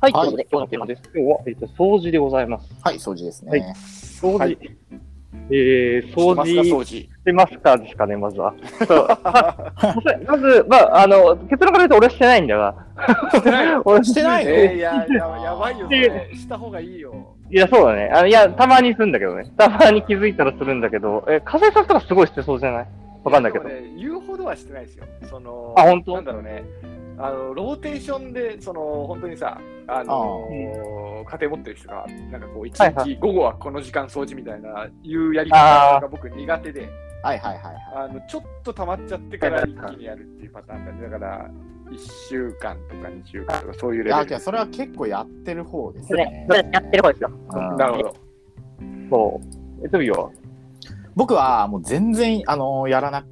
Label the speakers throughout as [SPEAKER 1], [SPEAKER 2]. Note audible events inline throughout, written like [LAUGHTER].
[SPEAKER 1] はい、
[SPEAKER 2] は
[SPEAKER 1] と
[SPEAKER 2] い
[SPEAKER 1] いうことで、今日のテーマです。今日は、えっと、掃除でございます。
[SPEAKER 2] はい、掃除ですね。
[SPEAKER 1] はい掃除。
[SPEAKER 2] はい
[SPEAKER 1] えー、掃除
[SPEAKER 2] して
[SPEAKER 1] し
[SPEAKER 2] ますか
[SPEAKER 1] てますか
[SPEAKER 2] 掃
[SPEAKER 1] ですかね、まずは。そう [LAUGHS] まず、まあ、あの、結論から言うと俺はしてないんだが。
[SPEAKER 3] してない
[SPEAKER 1] [LAUGHS]
[SPEAKER 3] の
[SPEAKER 1] 俺
[SPEAKER 2] してないの
[SPEAKER 3] えーいや、やばやばいよ、それ。した方がいいよ。
[SPEAKER 1] いや、そうだね。あのいや、たまにするんだけどね。たまに気づいたらするんだけど、え、風さんとかすごいしてそうじゃないわかんないけど。
[SPEAKER 3] でもね言うほどはしてないですよ。その、
[SPEAKER 1] あ本当
[SPEAKER 3] なんだろうね。あの、ローテーションで、その、本当にさ、あの家庭持ってる人が、なんかこう、一日、
[SPEAKER 1] はいは
[SPEAKER 3] 午後はこの時間掃除みたいな、いうやり方が僕苦手で、
[SPEAKER 2] はいはいはいはい。
[SPEAKER 3] あの、ちょっと溜まっちゃってから
[SPEAKER 1] はい
[SPEAKER 3] 一
[SPEAKER 1] はい
[SPEAKER 3] 気にやるっていうパターンだね。だから、1週間とか2週間とか、そういう
[SPEAKER 2] い
[SPEAKER 3] レ
[SPEAKER 2] や、
[SPEAKER 3] ベ
[SPEAKER 2] け
[SPEAKER 3] ル
[SPEAKER 2] ど。それは結構やってる方です
[SPEAKER 1] そう
[SPEAKER 2] ね
[SPEAKER 1] ね。。それやってる方ですよ。
[SPEAKER 2] うん
[SPEAKER 3] なるほど。
[SPEAKER 1] そう。え、トビは
[SPEAKER 2] 僕はもう全然、あのやらない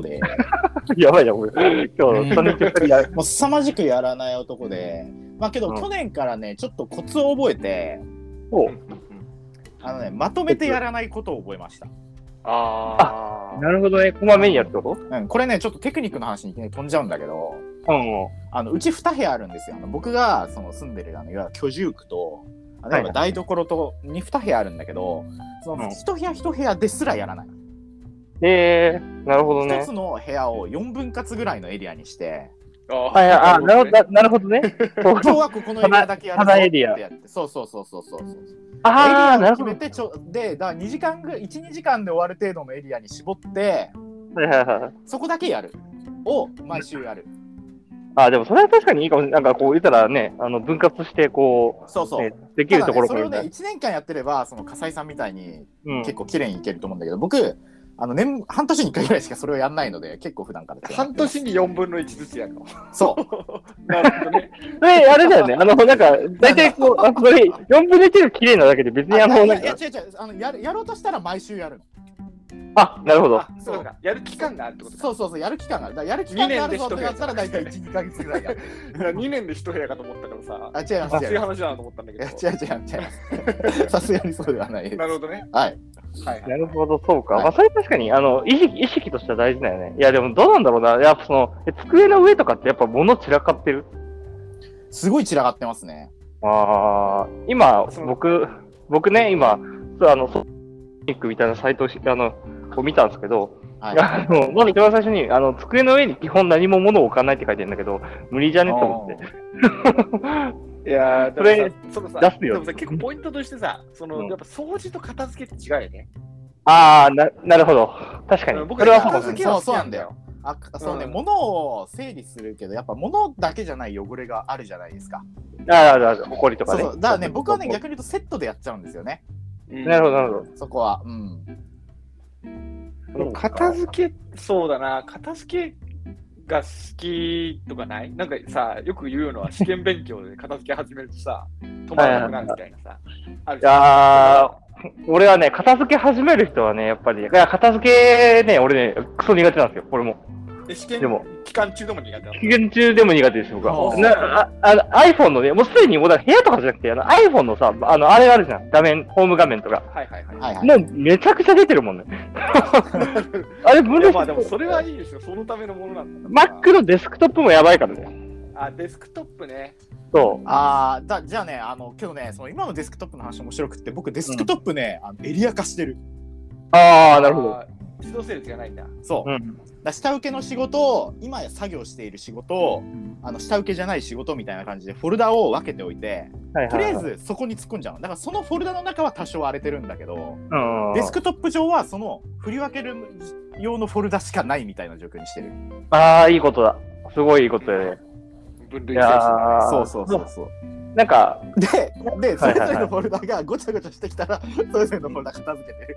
[SPEAKER 1] [LAUGHS]
[SPEAKER 2] で、
[SPEAKER 1] [LAUGHS] やばいじゃん、俺。今日、その日二人やる。
[SPEAKER 2] もう凄まじくやらない男で、まあけど
[SPEAKER 1] うん
[SPEAKER 2] 去年からね、ちょっとコツを覚えて、
[SPEAKER 1] そ
[SPEAKER 3] うん
[SPEAKER 1] う。
[SPEAKER 3] うんうん
[SPEAKER 2] あのね、まとめてやらないことを覚えました。
[SPEAKER 3] あー
[SPEAKER 1] なるほどね。こまめにやるってこと
[SPEAKER 2] うん、これね、ちょっとテクニックの話にいきなり飛んじゃうんだけど、
[SPEAKER 1] うん。
[SPEAKER 2] あのうち2部屋あるんですよ。あの僕がその住んでるあのいわゆる居住区と、あの
[SPEAKER 1] はい
[SPEAKER 2] いわゆる台所とに2部屋あるんだけど、そ
[SPEAKER 1] うん
[SPEAKER 2] の1部屋1部屋ですらやらない。
[SPEAKER 1] えー、なるほどね
[SPEAKER 2] 1。つの部屋を4分割ぐらいのエリア
[SPEAKER 1] [LAUGHS]
[SPEAKER 2] にして、
[SPEAKER 3] あー。
[SPEAKER 1] はい、あ、なるほ
[SPEAKER 3] ね
[SPEAKER 1] ど、ななるほどね。
[SPEAKER 2] [LAUGHS]
[SPEAKER 1] そう
[SPEAKER 2] 今日はここのエリアだけやるぞ
[SPEAKER 1] た
[SPEAKER 2] っ
[SPEAKER 1] だ
[SPEAKER 2] て
[SPEAKER 1] エリア
[SPEAKER 2] やって、そうそうそうそうそうそう。
[SPEAKER 1] ああ、
[SPEAKER 2] エリ
[SPEAKER 1] な
[SPEAKER 2] ア
[SPEAKER 1] る
[SPEAKER 2] を決
[SPEAKER 1] ほど。
[SPEAKER 2] めてちょで、だから2時間ぐらい、1、2時間で終わる程度のエリアに絞って、
[SPEAKER 1] はいはいはい。
[SPEAKER 2] そこだけやる。を毎週やる。
[SPEAKER 1] あーでもそれは確かにいいかもしれない。なんかこう言ったらね、あの分割してこ
[SPEAKER 2] そう
[SPEAKER 1] う、
[SPEAKER 2] そう。
[SPEAKER 1] ね、できるところ
[SPEAKER 2] た
[SPEAKER 1] から
[SPEAKER 2] だねそれを
[SPEAKER 1] ね
[SPEAKER 2] ね、1年間やってれば、その笠井さんみたいに
[SPEAKER 1] うん。
[SPEAKER 2] 結構綺麗にいけると思うんだけど、僕、あの年半年に1回ぐらいしかそれをやんないので、結構普段から。
[SPEAKER 3] 半年に4分の1ずつやるの。
[SPEAKER 2] そう。
[SPEAKER 3] なるほどね。
[SPEAKER 1] それ、あれだよね。あの、なんか、大体
[SPEAKER 2] [LAUGHS]
[SPEAKER 1] こう、あそれ、4分の1が綺麗なだけで別にあ
[SPEAKER 2] あ
[SPEAKER 1] の、
[SPEAKER 2] い
[SPEAKER 1] な
[SPEAKER 2] や
[SPEAKER 1] ん
[SPEAKER 2] いや
[SPEAKER 1] か、
[SPEAKER 2] 違う違うあのやる、やろうとしたら毎週やるの。
[SPEAKER 1] あ、なるほど
[SPEAKER 3] [LAUGHS] あ。、そうか。やる期間があるってことか。
[SPEAKER 2] そうそうそう、やる期間がある。だからやる期間があるぞってなったら、
[SPEAKER 3] 二
[SPEAKER 2] 大
[SPEAKER 3] 年で
[SPEAKER 2] 体
[SPEAKER 3] 一
[SPEAKER 2] 1、2ヶ月ぐらいやる。
[SPEAKER 3] [LAUGHS] 2年で一部屋かと思ったからさ、
[SPEAKER 2] あ、違いま
[SPEAKER 3] そう
[SPEAKER 2] す、違
[SPEAKER 3] い
[SPEAKER 2] いうま
[SPEAKER 3] 話だなと思ったんだけど。
[SPEAKER 2] す。いや違う違う違います。さすがにそうではない
[SPEAKER 3] [LAUGHS]
[SPEAKER 2] です。
[SPEAKER 3] なるほどね。
[SPEAKER 2] はい。
[SPEAKER 3] はい、
[SPEAKER 1] なるほど、そうか。
[SPEAKER 2] はい
[SPEAKER 1] まあ、それ確かに、あの、意識、意識としては大事だよね。いや、でもどうなんだろうな。やっぱその、え机の上とかってやっぱ物散らかってる。
[SPEAKER 2] すごい散らかってますね。
[SPEAKER 1] ああ、今
[SPEAKER 3] そ、の
[SPEAKER 1] 僕、僕ね、今、そうあの、ソニックみたいなサイトをし、あの、を見たんですけど、
[SPEAKER 2] はい。
[SPEAKER 1] あの、まず一番最初に、あの、机の上に基本何も物を置かないって書いてるんだけど、無理じゃねと思って。
[SPEAKER 3] いやー、
[SPEAKER 1] それ
[SPEAKER 3] でもさ、そのさ
[SPEAKER 1] 出すよ
[SPEAKER 3] でもさ、結構ポイントとしてさ、その、
[SPEAKER 1] うん
[SPEAKER 3] やっぱ掃除と片付けって違うよね。
[SPEAKER 1] [LAUGHS] ああ、な、なるほど。確かに。
[SPEAKER 3] 僕
[SPEAKER 1] それは
[SPEAKER 3] ら
[SPEAKER 1] そう
[SPEAKER 3] 片
[SPEAKER 1] だね
[SPEAKER 3] 付けは好きなんだよ。
[SPEAKER 2] あそうね、
[SPEAKER 3] うん
[SPEAKER 2] 物を整理するけど、やっぱ物だけじゃない汚れがあるじゃないですか。
[SPEAKER 1] あるある、埃と
[SPEAKER 2] そ
[SPEAKER 1] か
[SPEAKER 2] う
[SPEAKER 1] ね。
[SPEAKER 2] そう。だからね、僕はね、
[SPEAKER 1] そうそう
[SPEAKER 2] 逆に言うとセットでやっちゃうんですよね。
[SPEAKER 1] なるほど、なる
[SPEAKER 2] そこは。うん。
[SPEAKER 1] ほ
[SPEAKER 3] う
[SPEAKER 1] ど。
[SPEAKER 3] ん片付け、そうだな、片付けが好きとかないなんかさ、よく言うのは試験勉強で片付け始めるとさ、止まらなくなるみたいなさ、ある
[SPEAKER 1] いやー、俺はね、片付け始める人はね、やっぱり、いや片付けね、俺ね、クソ苦手なんですよ、俺も。
[SPEAKER 3] え試験
[SPEAKER 1] でも
[SPEAKER 3] 期間中でも苦手なの
[SPEAKER 1] 期間中でも苦手です、僕
[SPEAKER 2] あ
[SPEAKER 1] は。
[SPEAKER 2] ー
[SPEAKER 1] なああの iPhone のね、もうすでにもうだから部屋とかじゃなくて、あの iPhone のさ、あの、あれがあるじゃん、画面、ホーム画面とか。
[SPEAKER 3] はいはいはい。
[SPEAKER 2] はいはい。
[SPEAKER 1] もうめちゃくちゃ出てるもん
[SPEAKER 2] [LAUGHS]
[SPEAKER 1] ね。あれ、ブ
[SPEAKER 3] い
[SPEAKER 1] ル
[SPEAKER 3] やまあでも
[SPEAKER 1] ー
[SPEAKER 3] それはいいですよ、そのためのものなんだ。
[SPEAKER 1] Mac のデスクトップもやばいからね。
[SPEAKER 3] あ、デスクトップね。
[SPEAKER 1] そう。
[SPEAKER 2] ああ、だじゃあね、あの、けどね、その今のデスクトップの話面白くって、僕デスクトップね、あのエリア化してる。
[SPEAKER 1] あー、なるほど。
[SPEAKER 3] あー。自動整列がないんだ。
[SPEAKER 2] そう。
[SPEAKER 1] う
[SPEAKER 2] だか
[SPEAKER 1] ん。
[SPEAKER 2] ら下請けの仕事、今や作業している仕事、あの下請けじゃない仕事みたいな感じでフォルダを分けておいて、
[SPEAKER 1] はいはいはい
[SPEAKER 2] とりあえ、ずそこに突っ込んじゃうの。だからそのフォルダの中は多少荒れてるんだけど、
[SPEAKER 1] うん
[SPEAKER 2] デスクトップ上はその振り分ける用のフォルダしかないみたいな状況にしてる。
[SPEAKER 1] あー、いいことだ。すごいいいことだよね。
[SPEAKER 3] 分
[SPEAKER 1] い
[SPEAKER 3] 類
[SPEAKER 1] や
[SPEAKER 3] して
[SPEAKER 1] ー
[SPEAKER 2] そうそうそう。そう。
[SPEAKER 1] なんか、
[SPEAKER 2] で、で、それ
[SPEAKER 1] はい
[SPEAKER 2] ぞれ
[SPEAKER 1] はい
[SPEAKER 2] のフォルダがごちゃごちゃしてきたら、それぞれのフォルダ片付けてる。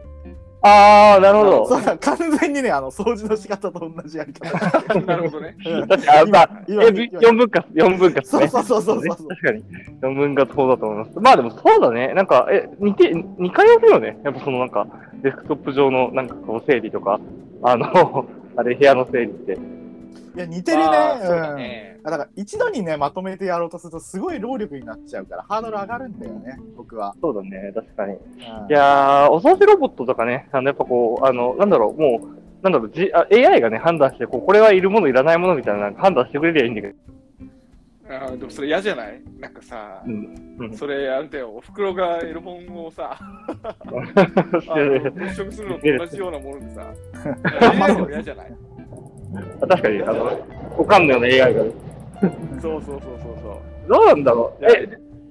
[SPEAKER 1] ああ、なるほ
[SPEAKER 2] そ
[SPEAKER 1] ど。
[SPEAKER 2] うだ完全にね、あの掃除の仕方と同じやり
[SPEAKER 3] [LAUGHS]
[SPEAKER 2] 方。
[SPEAKER 3] る。なるほどね。
[SPEAKER 1] だって、あ、まあ、え、
[SPEAKER 2] 今今
[SPEAKER 1] 4分割、四分割
[SPEAKER 2] そう
[SPEAKER 1] ね。
[SPEAKER 2] そうそうそうそうそう。
[SPEAKER 1] 確かに。4分割法だと思います。まあでもそうだね。なんか、え、似て、似通るよね。やっぱそのなんか、デスクトップ上のなんかこう整理とか、あの、 [LAUGHS] あれ、部屋の整理って。
[SPEAKER 2] いや、似てるね。
[SPEAKER 3] あーそうだ
[SPEAKER 2] うん
[SPEAKER 3] ね。
[SPEAKER 2] だから一度にねまとめてやろうとするとすごい労力になっちゃうからハードル上がるんだよね僕は、
[SPEAKER 1] そうだね、確かに。
[SPEAKER 2] うん
[SPEAKER 1] いやー、お掃除ロボットとかね、あの、やっぱこう、あの、なんだろう、もう、なんだろう、じあ AI がね、判断して、こう、これはいるもの、いらないものみたいな、なんか判断してくれりゃいいんだけど、
[SPEAKER 3] うんあーでもそれ嫌じゃないなんかさ
[SPEAKER 1] う、ん。うん。
[SPEAKER 3] それあれだよ、おふくろがエロ本をさ、
[SPEAKER 1] [LAUGHS] 確
[SPEAKER 3] あの物色するのと同じようなもので
[SPEAKER 1] [LAUGHS]
[SPEAKER 3] さ、AI でも嫌じゃない
[SPEAKER 1] かに、あの、おかんのような AI が。
[SPEAKER 3] そうそうそうそうそう。
[SPEAKER 1] どうなんだろう。え、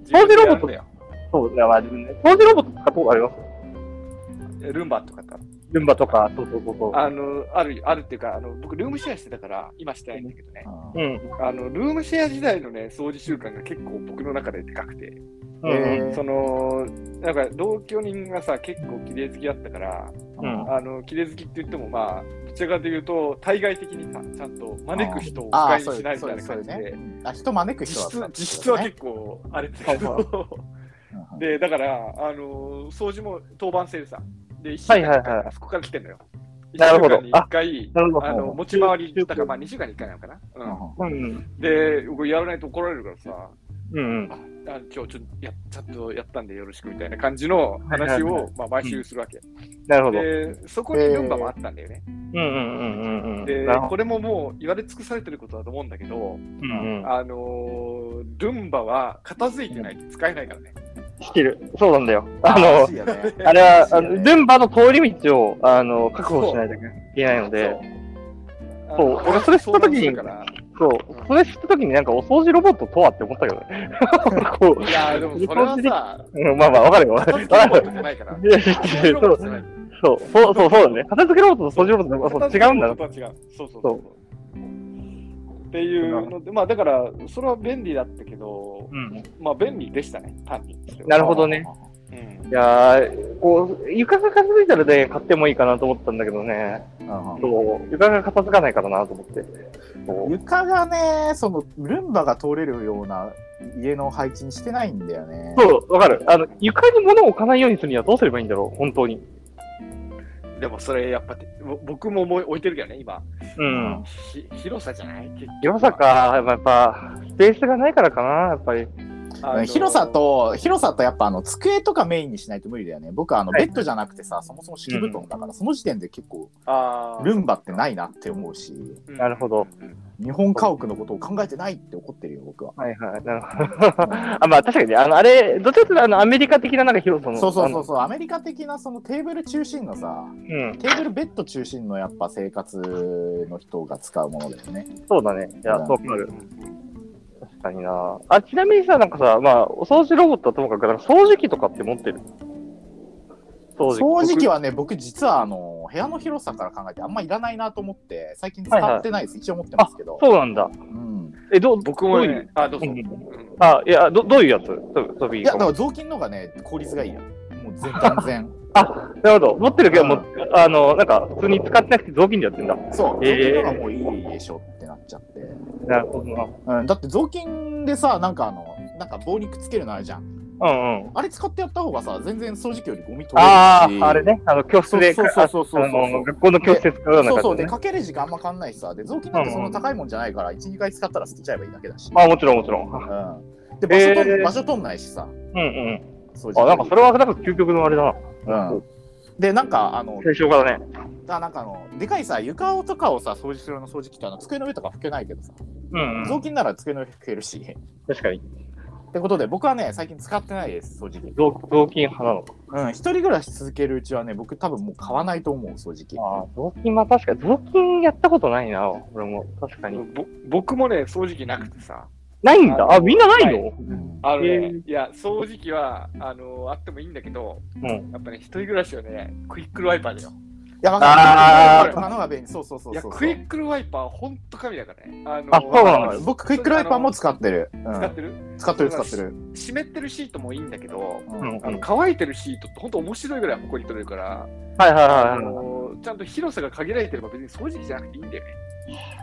[SPEAKER 1] 掃除ロボットだ
[SPEAKER 3] よ。
[SPEAKER 1] そう、だから自分ね。掃除ロボット使ったことあります
[SPEAKER 3] ルンバとかか。
[SPEAKER 1] ルンバとか、そうそうそうそう。
[SPEAKER 3] あの、ある、あるっていうか、あの、僕、ルームシェアしてたから、今してないんだけどね。
[SPEAKER 2] あー
[SPEAKER 1] うん。
[SPEAKER 3] あの、ルームシェア時代のね、掃除習慣が結構僕の中ででかくて、
[SPEAKER 1] うん。
[SPEAKER 2] えー
[SPEAKER 3] その、なんか、同居人がさ、結構綺麗好きだったから、
[SPEAKER 1] うん
[SPEAKER 3] あの、綺麗好きって言っても、まあ、どちらかというと、対外的にさ、ちゃんと招く人を
[SPEAKER 2] あ
[SPEAKER 3] 誤
[SPEAKER 2] ー
[SPEAKER 3] 解にしないみたいな感じ
[SPEAKER 2] そうで
[SPEAKER 3] で、
[SPEAKER 2] あ人招く人
[SPEAKER 3] 実
[SPEAKER 2] だった
[SPEAKER 3] 質
[SPEAKER 2] んだね
[SPEAKER 3] 実質は結構あれですけど、で、だから、あのー掃除も当番制でさ、で、1週
[SPEAKER 1] はいはい
[SPEAKER 3] 間
[SPEAKER 1] はい
[SPEAKER 3] そこから来てんのよ。
[SPEAKER 1] なるほど
[SPEAKER 3] 1週間に1回、
[SPEAKER 1] なるほど。
[SPEAKER 3] あの持ち回りだから、まあ、2週間に1回なのかな。
[SPEAKER 2] うんうん
[SPEAKER 3] う
[SPEAKER 1] うん。
[SPEAKER 3] ん、で、僕やらないと怒られるからさ、
[SPEAKER 1] うん。
[SPEAKER 3] ああ今日ちょっとやちゃんとやったんでよろしくみたいな感じの話
[SPEAKER 1] はいはい
[SPEAKER 3] を、まあ、毎週するわけ。
[SPEAKER 1] なるほど。
[SPEAKER 3] で、そこにルンバもあったんだよね。
[SPEAKER 1] うんうんうんうんうん。
[SPEAKER 3] で
[SPEAKER 1] なる、ほ
[SPEAKER 3] これももう言われ尽くされてることだと思うんだけど、
[SPEAKER 1] ど。うんうん。
[SPEAKER 3] あのールンバは片付いてないと使えないからね。
[SPEAKER 1] 知ってる。そうなんだよ。あ
[SPEAKER 2] あ
[SPEAKER 1] の
[SPEAKER 2] ー、らしいよね
[SPEAKER 1] あれは、あの
[SPEAKER 2] そうですね
[SPEAKER 1] ルンバの通り道を、あの、確保しないといけないので、
[SPEAKER 3] そう、
[SPEAKER 1] そう
[SPEAKER 3] あの
[SPEAKER 1] 俺それ知った時に
[SPEAKER 3] 相談するから
[SPEAKER 1] そう、それ知った時になんかお掃除ロボットとはって思ったけどね。 [LAUGHS] こ
[SPEAKER 3] いやーでもそれはさ、
[SPEAKER 1] ううんまあまあ、わかる [LAUGHS] よ。わか
[SPEAKER 3] 片
[SPEAKER 1] る
[SPEAKER 3] 付
[SPEAKER 1] よ
[SPEAKER 3] けロボットじゃな
[SPEAKER 1] [LAUGHS]
[SPEAKER 3] いから。
[SPEAKER 1] いや、知ってる。そう、そう、そう、そうそうだね。片付けロボットと掃除ロボットはそう違うんだ
[SPEAKER 3] な
[SPEAKER 1] な。
[SPEAKER 3] 違う。そうそうそう。っていうので、まあだから、それは便利だったけど、
[SPEAKER 1] うん。
[SPEAKER 3] まあ便利でしたね、単に。
[SPEAKER 1] なるほどね。
[SPEAKER 3] うん
[SPEAKER 1] いやー、こう、床が片付いたらね、買ってもいいかなと思ったんだけどね。
[SPEAKER 2] うんうん
[SPEAKER 1] そう、床が片付かないからなと思って。そう
[SPEAKER 2] 床がねそのルンバが通れるような家の配置にしてないんだよね
[SPEAKER 1] そう、わかる。あの、床に物を置かないようにするにはどうすればいいんだろう、本当に。
[SPEAKER 3] でもそれやっぱ、ぼ僕も思い置いてるけどね、今。
[SPEAKER 1] うん。
[SPEAKER 3] ひ広さじゃない結局
[SPEAKER 1] 広さか、やっぱ、スペースがないからかな、やっぱり。
[SPEAKER 3] あの
[SPEAKER 2] 広さと広さとやっぱあの机とかメインにしないと無理だよね僕はあの
[SPEAKER 1] はい
[SPEAKER 2] ベッドじゃなくてさそもそも敷布団だから、その時点で結構
[SPEAKER 3] あー
[SPEAKER 2] ルンバってないなって思うし
[SPEAKER 3] うん
[SPEAKER 1] なるほど。
[SPEAKER 2] 日本家屋のことを考えてないって怒ってるよ僕は
[SPEAKER 1] はいはい。なるほど。 [LAUGHS] あ、まあ確かにね、あの、あれ、どっちかというと、あの、アメリカ的ななんか広さの。
[SPEAKER 2] そうそうそう
[SPEAKER 1] う。
[SPEAKER 2] そうアメリカ的なそのテーブル中心のさ
[SPEAKER 1] うん。
[SPEAKER 2] テーブルベッド中心のやっぱ生活の人が使うものだよね
[SPEAKER 1] そうだね。いや、
[SPEAKER 2] うん
[SPEAKER 1] そう
[SPEAKER 3] う
[SPEAKER 1] かる。
[SPEAKER 3] ん
[SPEAKER 1] 確かにな。あ、ちなみにさ、なんかさ、まあ、お掃除ロボットはともかく、なんか掃除機とかって持ってる掃
[SPEAKER 2] 掃除機
[SPEAKER 1] は
[SPEAKER 2] はね僕実はあの部屋の広さから考えてあんまいらないなと思って最近使ってないです、一応持ってますけど
[SPEAKER 1] そうなんだ。
[SPEAKER 2] うん、
[SPEAKER 1] え、ど、
[SPEAKER 3] 僕も
[SPEAKER 1] どうい
[SPEAKER 3] ね
[SPEAKER 1] う、
[SPEAKER 3] あ、どうぞ。
[SPEAKER 1] うん
[SPEAKER 3] うん
[SPEAKER 1] あ、いや、ど、どういうやつと飛び
[SPEAKER 2] い
[SPEAKER 1] 込
[SPEAKER 2] やだか
[SPEAKER 1] む
[SPEAKER 2] ら雑巾のがね効率がいいよもう全断然
[SPEAKER 1] なるほど。持ってるけど、
[SPEAKER 2] うん
[SPEAKER 1] もう、あの、なんか、普通に使ってなくて雑巾でやってんだ。
[SPEAKER 2] そう、雑
[SPEAKER 1] え
[SPEAKER 2] 巾
[SPEAKER 1] ー
[SPEAKER 2] のがもういいでしょってなっちゃって。
[SPEAKER 1] なるほどな。
[SPEAKER 2] うん、だって雑巾でさ、なんかあの、なんか棒にくっつけるのあるじゃん。
[SPEAKER 1] うんうん。
[SPEAKER 2] あれ使ってやった方がさ、全然掃除機よりゴミ取れるし。
[SPEAKER 1] ああ、あれ。ね、あの、教室で、
[SPEAKER 2] そうそうそうそうそう
[SPEAKER 1] あの、学校の教室で使うような
[SPEAKER 2] そうそ
[SPEAKER 1] 感じ
[SPEAKER 2] う、で、
[SPEAKER 1] ね。
[SPEAKER 2] かける時間あんま変わんないしさ、で、雑巾なんてそんな高いもんじゃないから、1、2回使ったら捨てちゃえばいいだけだし。
[SPEAKER 1] まあ、もちろんもちろん。うん
[SPEAKER 2] うん。で、場所取ん、
[SPEAKER 1] えー
[SPEAKER 2] 場所取んないしさ、
[SPEAKER 1] うん。
[SPEAKER 2] 掃除機
[SPEAKER 1] あ、なんか、それは、なんか、究極のあれだな。
[SPEAKER 2] うん。で、なんか、あの、
[SPEAKER 1] 最初からね。
[SPEAKER 2] あなんかあの、でかいさ、床をとかをさ、掃除するの掃除機ってあの、机の上とか拭けないけどさ、
[SPEAKER 1] うん、う
[SPEAKER 2] 雑
[SPEAKER 1] ん。
[SPEAKER 2] 巾なら机の上拭けるし。 [LAUGHS]
[SPEAKER 1] 確かに。
[SPEAKER 2] ってことで、僕はね、最近使ってないです、掃除機。
[SPEAKER 1] 雑雑巾派なのか。
[SPEAKER 2] うん、一人暮らし続けるうちはね、僕多分もう買わないと思う、掃除機。
[SPEAKER 1] ああ、雑巾は確かに、雑巾やったことないな、俺も。確かに。
[SPEAKER 3] ぼ僕もね、掃除機なくてさ、
[SPEAKER 1] ないんだ。あ、
[SPEAKER 3] あの
[SPEAKER 1] みんなないの
[SPEAKER 2] うん
[SPEAKER 3] あのね、
[SPEAKER 1] え
[SPEAKER 3] いや、掃除機はあのあってもいいんだけど、
[SPEAKER 1] うん
[SPEAKER 3] やっぱね、一人暮らしはね、クイックルワイパーだよ。
[SPEAKER 2] いや、わ
[SPEAKER 1] あ
[SPEAKER 2] か
[SPEAKER 1] ー
[SPEAKER 2] る。クイックルワイパーの方が便利。そうそうそう
[SPEAKER 3] い
[SPEAKER 2] そうそ
[SPEAKER 3] や、
[SPEAKER 2] う。
[SPEAKER 3] クイックルワイパー、ほんと神だからね。あの
[SPEAKER 1] あそうなの
[SPEAKER 2] 僕、クイックルワイパーも使ってる。う
[SPEAKER 3] 使っ
[SPEAKER 2] ん、
[SPEAKER 3] てる
[SPEAKER 2] 使ってる、使ってる。
[SPEAKER 3] 湿ってるシートもいいんだけど、
[SPEAKER 2] う
[SPEAKER 1] うんん、
[SPEAKER 3] あ
[SPEAKER 1] う
[SPEAKER 3] の
[SPEAKER 1] ん。
[SPEAKER 3] 乾いてるシートってほんと面白いぐらい埃取れるから、
[SPEAKER 1] はいはい
[SPEAKER 3] あ
[SPEAKER 1] はいはい。
[SPEAKER 3] のちゃんと広さが限られてれば別に掃除機じゃなくていいんだよね。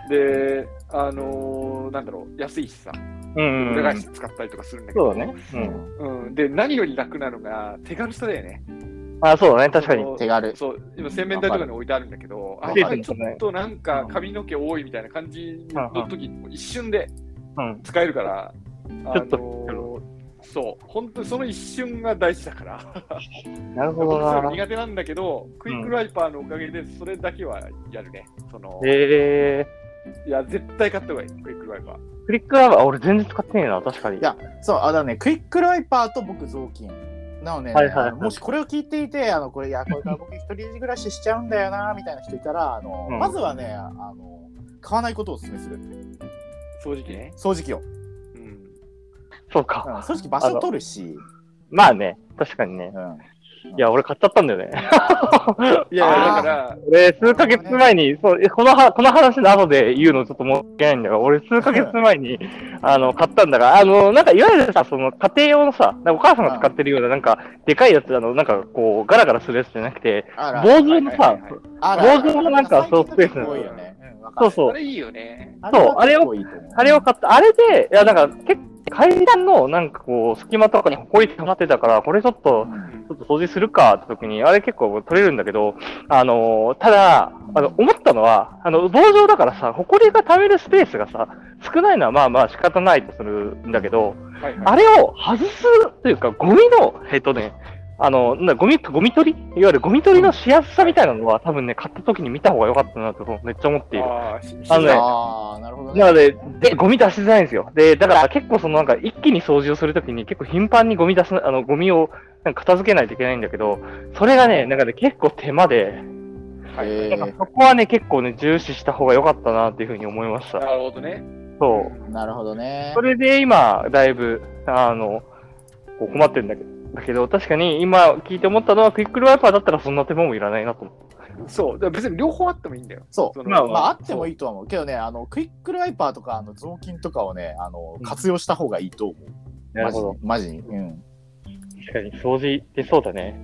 [SPEAKER 3] で、あのなんだろう、安いしさ、
[SPEAKER 1] うん、う
[SPEAKER 3] 裏返
[SPEAKER 1] ん
[SPEAKER 3] し。て使ったりとかするんだけ
[SPEAKER 1] そ
[SPEAKER 3] ど、
[SPEAKER 1] うだね。うん。
[SPEAKER 3] うん、で、何より楽なのが手軽さだよね。
[SPEAKER 1] あ、そうだね。確かに
[SPEAKER 3] そ。の
[SPEAKER 2] 手軽。
[SPEAKER 3] そう、今、洗面台とかに置いてあるんだけど、あ
[SPEAKER 1] わか
[SPEAKER 3] れ
[SPEAKER 1] る
[SPEAKER 3] ちょっとなんか髪の毛多いみたいな感じの時、一瞬で
[SPEAKER 1] うん。
[SPEAKER 3] 使えるから、あ
[SPEAKER 1] ちょっと
[SPEAKER 3] のそう、本当にその一瞬が大事だから、
[SPEAKER 1] なるほ
[SPEAKER 3] 僕
[SPEAKER 1] ど
[SPEAKER 3] それ
[SPEAKER 1] な。
[SPEAKER 3] 苦手なんだけど、クイックライパーのおかげでそれだけはやるね。その
[SPEAKER 1] ええ
[SPEAKER 3] いや、絶対買った方がいい、クイックライパー。
[SPEAKER 1] クリックライバー、あ俺全然使ってねえな、確かに。
[SPEAKER 2] いやそう、あだからね、クイックライパーと僕雑巾。なので、
[SPEAKER 1] はいはいはい
[SPEAKER 2] あのもしこれを聞いていて、あのこれ、いや、これから僕一人暮らししちゃうんだよな、みたいな人いたら、あの、
[SPEAKER 1] うん
[SPEAKER 2] まずはね、あの、買わないことをお勧めする。
[SPEAKER 3] 掃除機ね。
[SPEAKER 2] 掃除機を。
[SPEAKER 3] うん。
[SPEAKER 1] そう
[SPEAKER 2] うん、
[SPEAKER 1] か。
[SPEAKER 2] 掃除機場所取るし、
[SPEAKER 1] まあね、確かにね。
[SPEAKER 2] うん。
[SPEAKER 1] いや、俺買っちゃったんだよね。
[SPEAKER 3] いやいや、
[SPEAKER 2] あー
[SPEAKER 3] だから、
[SPEAKER 1] 俺、数ヶ月前に、そう、えこのは、この話の後で言うのちょっと申し訳ないんだが、俺、数ヶ月前に、あの、買ったんだが、あの、なんか、いわゆるさ、その、家庭用のさ、なんかお母さんが使ってるような、なんか、でかいやつ、あの、なんか、こう、ガラガラするやつじゃなくて、
[SPEAKER 2] あら、
[SPEAKER 1] 坊主の
[SPEAKER 3] は
[SPEAKER 1] さ
[SPEAKER 3] いはいはい、
[SPEAKER 2] あ
[SPEAKER 1] 坊主のなんかそうスペースなの
[SPEAKER 2] 多いよね。うんわかる
[SPEAKER 1] そうそ、
[SPEAKER 3] そうれいいよね。
[SPEAKER 1] そうあれを
[SPEAKER 2] は結構いいと思う
[SPEAKER 1] あれを買った、あれで、いや、なんか、結構、階段の、なんかこう、隙間とかに埃溜まってたから、これちょっと、
[SPEAKER 2] うん
[SPEAKER 1] ちょっと掃除するかって時に、あれ結構取れるんだけど、あのーただ、あの、思ったのは、あの、棒状だからさ、埃が溜めるスペースがさ、少ないのはまあまあ仕方ないとするんだけど、
[SPEAKER 3] はいはい。
[SPEAKER 1] あれを外すというか、ゴミの、えっとね、あの、なゴミ、ゴミ取りいわゆるゴミ取りのしやすさみたいなのは、多分ね、買った時に見た方が良かったなとめっちゃ思っている。
[SPEAKER 3] あーし
[SPEAKER 1] あのね
[SPEAKER 2] あーなるほどね。
[SPEAKER 1] なので、で、ゴミ出しづらいんですよ。で、だから結構そのなんか一気に掃除をするときに結構頻繁にゴミ出す、あの、ゴミをなんか片付けないといけないんだけど、それがね、なんかね、結構手間で、
[SPEAKER 3] はい
[SPEAKER 2] え
[SPEAKER 1] なんかそこはね、結構ね、重視した方が良かったなっていうふうに思いまし
[SPEAKER 3] な
[SPEAKER 1] た。
[SPEAKER 3] るほどね。
[SPEAKER 1] そう。
[SPEAKER 2] なるほどね
[SPEAKER 1] そ。れで今、だいぶ、あの、こう困ってるんだけど、だけど確かに今聞いて思ったのはクイックルワイパーだったらそんな手間もいらないなと思って。
[SPEAKER 3] そう。だから別に両方あってもいいんだよ。
[SPEAKER 2] そう。
[SPEAKER 3] そ
[SPEAKER 1] まあ
[SPEAKER 3] の
[SPEAKER 2] まあ、あってもいいとは思うけどね、あのクイックライパーとかあの雑巾とかをね、あの
[SPEAKER 1] ん
[SPEAKER 2] 活用した方がいいと思う。
[SPEAKER 1] なるほど。
[SPEAKER 2] マジに。マジにうん。
[SPEAKER 1] 確かに掃除でそうだね。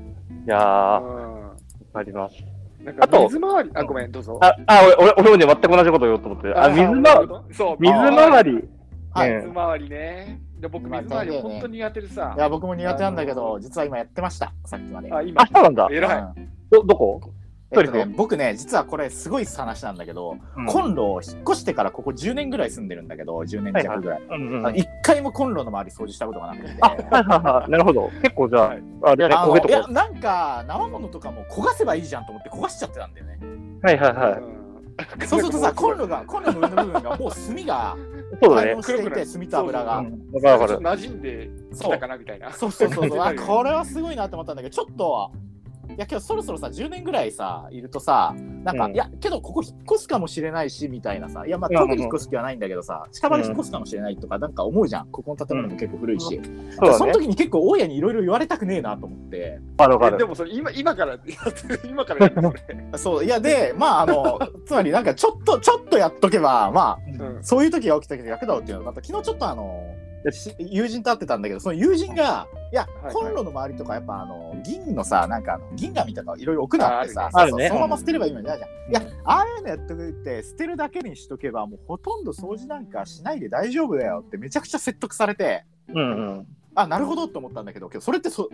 [SPEAKER 1] いやー、わ
[SPEAKER 3] う
[SPEAKER 1] かります。
[SPEAKER 3] ん。なん
[SPEAKER 1] あ
[SPEAKER 3] か
[SPEAKER 1] と
[SPEAKER 3] 水回り、あ、ごめん、どうぞ。
[SPEAKER 1] あ、あ、俺、俺俺もね、全く同じこと言おうと思って。あ、水
[SPEAKER 3] な
[SPEAKER 1] 回り、
[SPEAKER 3] るほどそう、
[SPEAKER 1] 水回り。
[SPEAKER 2] はい。
[SPEAKER 1] うん
[SPEAKER 3] 水回りね。で僕、水回り本当に苦手でさ
[SPEAKER 2] い。や、僕も苦手なんだけど、
[SPEAKER 3] あの
[SPEAKER 2] 実は今やってました、さっきまで。
[SPEAKER 3] あ、今
[SPEAKER 1] あ、。そうなんだ。
[SPEAKER 3] 偉
[SPEAKER 2] う
[SPEAKER 3] い。
[SPEAKER 2] ん
[SPEAKER 1] ど、どこ
[SPEAKER 2] えっとね
[SPEAKER 1] 一人
[SPEAKER 2] 僕ね、実はこれすごい話なんだけど、コンロを引っ越してからここ10年ぐらい住んでるんだけど、10年弱ぐらい。
[SPEAKER 1] うんうん
[SPEAKER 2] あの一回もコンロの周り掃除したことがなくて。
[SPEAKER 1] [LAUGHS] あ、はいはいはい。なるほど。結構じゃあ
[SPEAKER 3] はい、
[SPEAKER 1] あれだね、
[SPEAKER 2] あ
[SPEAKER 1] 焦
[SPEAKER 2] の
[SPEAKER 1] げと
[SPEAKER 2] いや
[SPEAKER 1] こ。
[SPEAKER 2] なんか生物とかも焦がせばいいじゃんと思って焦がしちゃってたんだよね。
[SPEAKER 1] はいはいはい。
[SPEAKER 3] うん
[SPEAKER 2] そうするとさ
[SPEAKER 3] [LAUGHS]
[SPEAKER 2] コンロがコンロの上の部分がもう炭が
[SPEAKER 1] そうだ
[SPEAKER 2] 反
[SPEAKER 1] ね
[SPEAKER 2] 応。していて炭と油
[SPEAKER 1] う
[SPEAKER 2] が。
[SPEAKER 1] んわかるわか
[SPEAKER 3] ちょっと
[SPEAKER 1] る。
[SPEAKER 3] 馴染んでき
[SPEAKER 2] そう
[SPEAKER 3] たかなみたいな。
[SPEAKER 2] そうそうそうそうあ
[SPEAKER 3] わかる
[SPEAKER 2] これはすごいなと思ったんだけどちょっといやけどそろそろさ10年ぐらいさいるとさなんか、
[SPEAKER 1] うん
[SPEAKER 2] いやけどここ引っ越すかもしれないしみたいなさいやま
[SPEAKER 1] うん
[SPEAKER 2] あ特に引っ越す気はないんだけどさ近場で引っ越すかもしれないとかなんか思うじゃんここの建物も結構古いし、
[SPEAKER 1] そうだ
[SPEAKER 2] その
[SPEAKER 1] ね。
[SPEAKER 2] 時に結構大家にいろいろ言われたくねえなと思って。
[SPEAKER 1] わかるわ
[SPEAKER 3] え
[SPEAKER 1] か
[SPEAKER 3] で
[SPEAKER 1] る。
[SPEAKER 3] もそれ今今から、 [LAUGHS] 今からやるのそれ。
[SPEAKER 2] そういやでまああのつまりなんかちょっとちょっとやっとけばまあ
[SPEAKER 3] うん
[SPEAKER 2] そういう時が起きたけど役だろうっていうのがあった昨日ちょっとあのし友人と会ってたんだけどその友人がいや
[SPEAKER 3] いはい
[SPEAKER 2] コンロの周りとかやっぱあの銀のさなんかあの銀紙とかいろいろ置くなってさ
[SPEAKER 1] あある
[SPEAKER 2] そう
[SPEAKER 1] ね
[SPEAKER 2] そうそのまま捨てればいいのになじゃん
[SPEAKER 1] うん
[SPEAKER 2] いやああいうのやってくって捨てるだけにしとけばもうほとんど掃除なんかしないで大丈夫だよってめちゃくちゃ説得されて
[SPEAKER 1] うんうん。
[SPEAKER 2] あなるほどって思ったんだけどけどそれってそ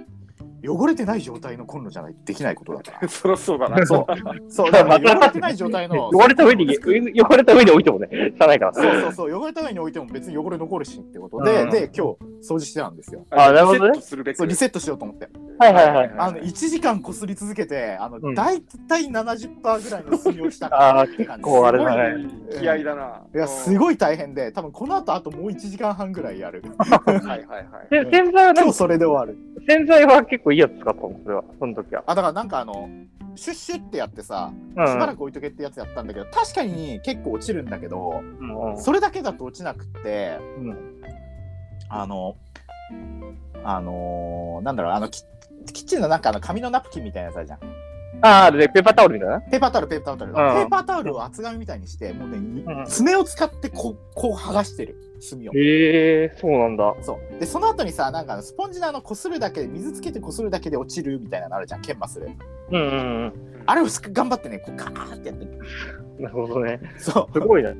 [SPEAKER 2] 汚れてない状態のコンロじゃないとできないことだから。
[SPEAKER 3] そろそうだな。
[SPEAKER 2] そうそう、だ
[SPEAKER 1] だか
[SPEAKER 2] か
[SPEAKER 1] ら
[SPEAKER 2] ら
[SPEAKER 1] [LAUGHS]
[SPEAKER 2] 汚
[SPEAKER 1] また
[SPEAKER 2] れてない状態の。
[SPEAKER 1] 汚れた上に、汚れた上に置いてもね、さないから。
[SPEAKER 2] そうそうそう、汚れた上に置いても別に汚れ残るしってことで、
[SPEAKER 1] うん
[SPEAKER 2] で、今日掃除してたんですよ。
[SPEAKER 1] [LAUGHS] あなるほどね
[SPEAKER 3] リセットするべ
[SPEAKER 2] そう、
[SPEAKER 3] く
[SPEAKER 2] リ。セットしようと思って。
[SPEAKER 1] はいはいはい。
[SPEAKER 2] [LAUGHS] あの、1時間こすり続けて、あの、
[SPEAKER 1] うん
[SPEAKER 2] 大体70%ぐらいの炭をし
[SPEAKER 1] [LAUGHS]
[SPEAKER 2] たか
[SPEAKER 1] ああ、
[SPEAKER 2] って
[SPEAKER 1] 結
[SPEAKER 2] 感じ。
[SPEAKER 1] 構あれだね。
[SPEAKER 3] い気合いだな。
[SPEAKER 2] いや、す
[SPEAKER 3] い。
[SPEAKER 2] ごい大変で、多分この後、あともう1時間半ぐらいやる。
[SPEAKER 3] はいはいはい。
[SPEAKER 1] で洗剤は
[SPEAKER 2] 今
[SPEAKER 1] 何
[SPEAKER 2] 日、それで終わる。
[SPEAKER 1] 洗剤は結構いいやつ使ったのそれは、その時は。
[SPEAKER 2] あ、だからなんかあの、シュッシュってやってさ、し
[SPEAKER 1] うん
[SPEAKER 2] ばらく置いとけってやつやったんだけど、確かに結構落ちるんだけど、
[SPEAKER 1] うん。
[SPEAKER 2] それだけだと落ちなくって、
[SPEAKER 1] うん
[SPEAKER 2] あの、あのーなんだろう、あのキ、キッチンの中の紙のナプキンみたいなやつあるじゃん。
[SPEAKER 1] ああ、で、ペーパータオルみたいな
[SPEAKER 2] ペーパータオル、ペーパータオル。
[SPEAKER 1] ん
[SPEAKER 2] ペーパータオルを厚紙みたいにして、もうね、
[SPEAKER 1] うん
[SPEAKER 2] 爪を使ってこう、こう剥がしてる、墨を。
[SPEAKER 1] へえ、そうなんだ。
[SPEAKER 2] そう。で、その後にさ、なんかあのスポンジのあの、こするだけで、水つけてこするだけで落ちるみたいなのあるじゃん、研磨する。
[SPEAKER 1] うんうんうん。
[SPEAKER 2] あれをすく頑張ってね、こう、カーってやってる。
[SPEAKER 1] なるほどね。
[SPEAKER 2] そ
[SPEAKER 1] す
[SPEAKER 2] う。
[SPEAKER 1] ごいね。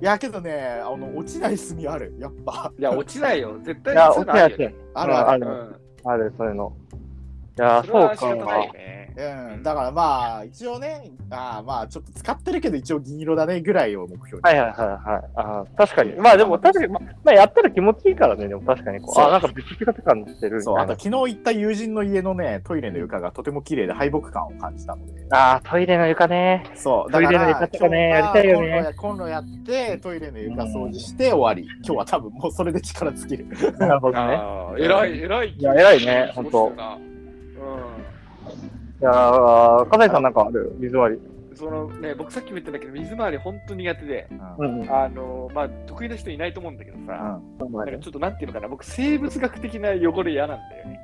[SPEAKER 2] いや、けどね、あの、落ちない墨ある、やっぱ。
[SPEAKER 3] いや、落ちないよ。絶
[SPEAKER 1] い
[SPEAKER 3] 対
[SPEAKER 1] や、
[SPEAKER 3] 落
[SPEAKER 1] 落
[SPEAKER 3] ち
[SPEAKER 1] ちない
[SPEAKER 3] ない
[SPEAKER 1] 落ちな
[SPEAKER 3] よ
[SPEAKER 1] い。。
[SPEAKER 2] あるある。
[SPEAKER 1] う
[SPEAKER 3] うんん。
[SPEAKER 1] ある、そういうの。いやー、
[SPEAKER 3] それは仕
[SPEAKER 1] そ
[SPEAKER 3] 方
[SPEAKER 1] う
[SPEAKER 3] ない
[SPEAKER 1] か
[SPEAKER 3] よ。ね。
[SPEAKER 2] うん、だからまあ、一応ね、あーまあ、ちょっと使ってるけど、一応銀色だねぐらいを目標に。
[SPEAKER 1] はいはいはいはい。あー確かに。まあでも確かに、ままあやったら気持ちいいからね、でも確かにこう。
[SPEAKER 2] そう
[SPEAKER 1] あ、なんかビチピカピカにしてるみた
[SPEAKER 2] そ、
[SPEAKER 1] いうな。
[SPEAKER 2] あと昨日行った友人の家のね、トイレの床がとても綺麗で敗北感を感じたので、
[SPEAKER 1] あートイレの床ね。
[SPEAKER 3] [LAUGHS]
[SPEAKER 2] そう、
[SPEAKER 1] トイレの床とかね
[SPEAKER 2] だから
[SPEAKER 1] やりたいよね
[SPEAKER 2] 今日はコンロやコンロやって、トイレの床掃除して終わり。今日は多分もうそれで力尽きる。
[SPEAKER 1] なるほどね。
[SPEAKER 3] あー偉い、偉い。
[SPEAKER 1] いや偉いねほんと
[SPEAKER 3] そうっすよなう
[SPEAKER 1] いやー、笠井さんなんかある水割り。
[SPEAKER 3] ん。そのね、僕さっきも言ったんだけど、水回り本当苦手で、
[SPEAKER 2] うん
[SPEAKER 1] うんうん。
[SPEAKER 3] あの、まあ、得意な人いないと思うんだけどさ、なんかちょっとなんていうのかな、僕、生物学的な汚れ嫌なんだよね。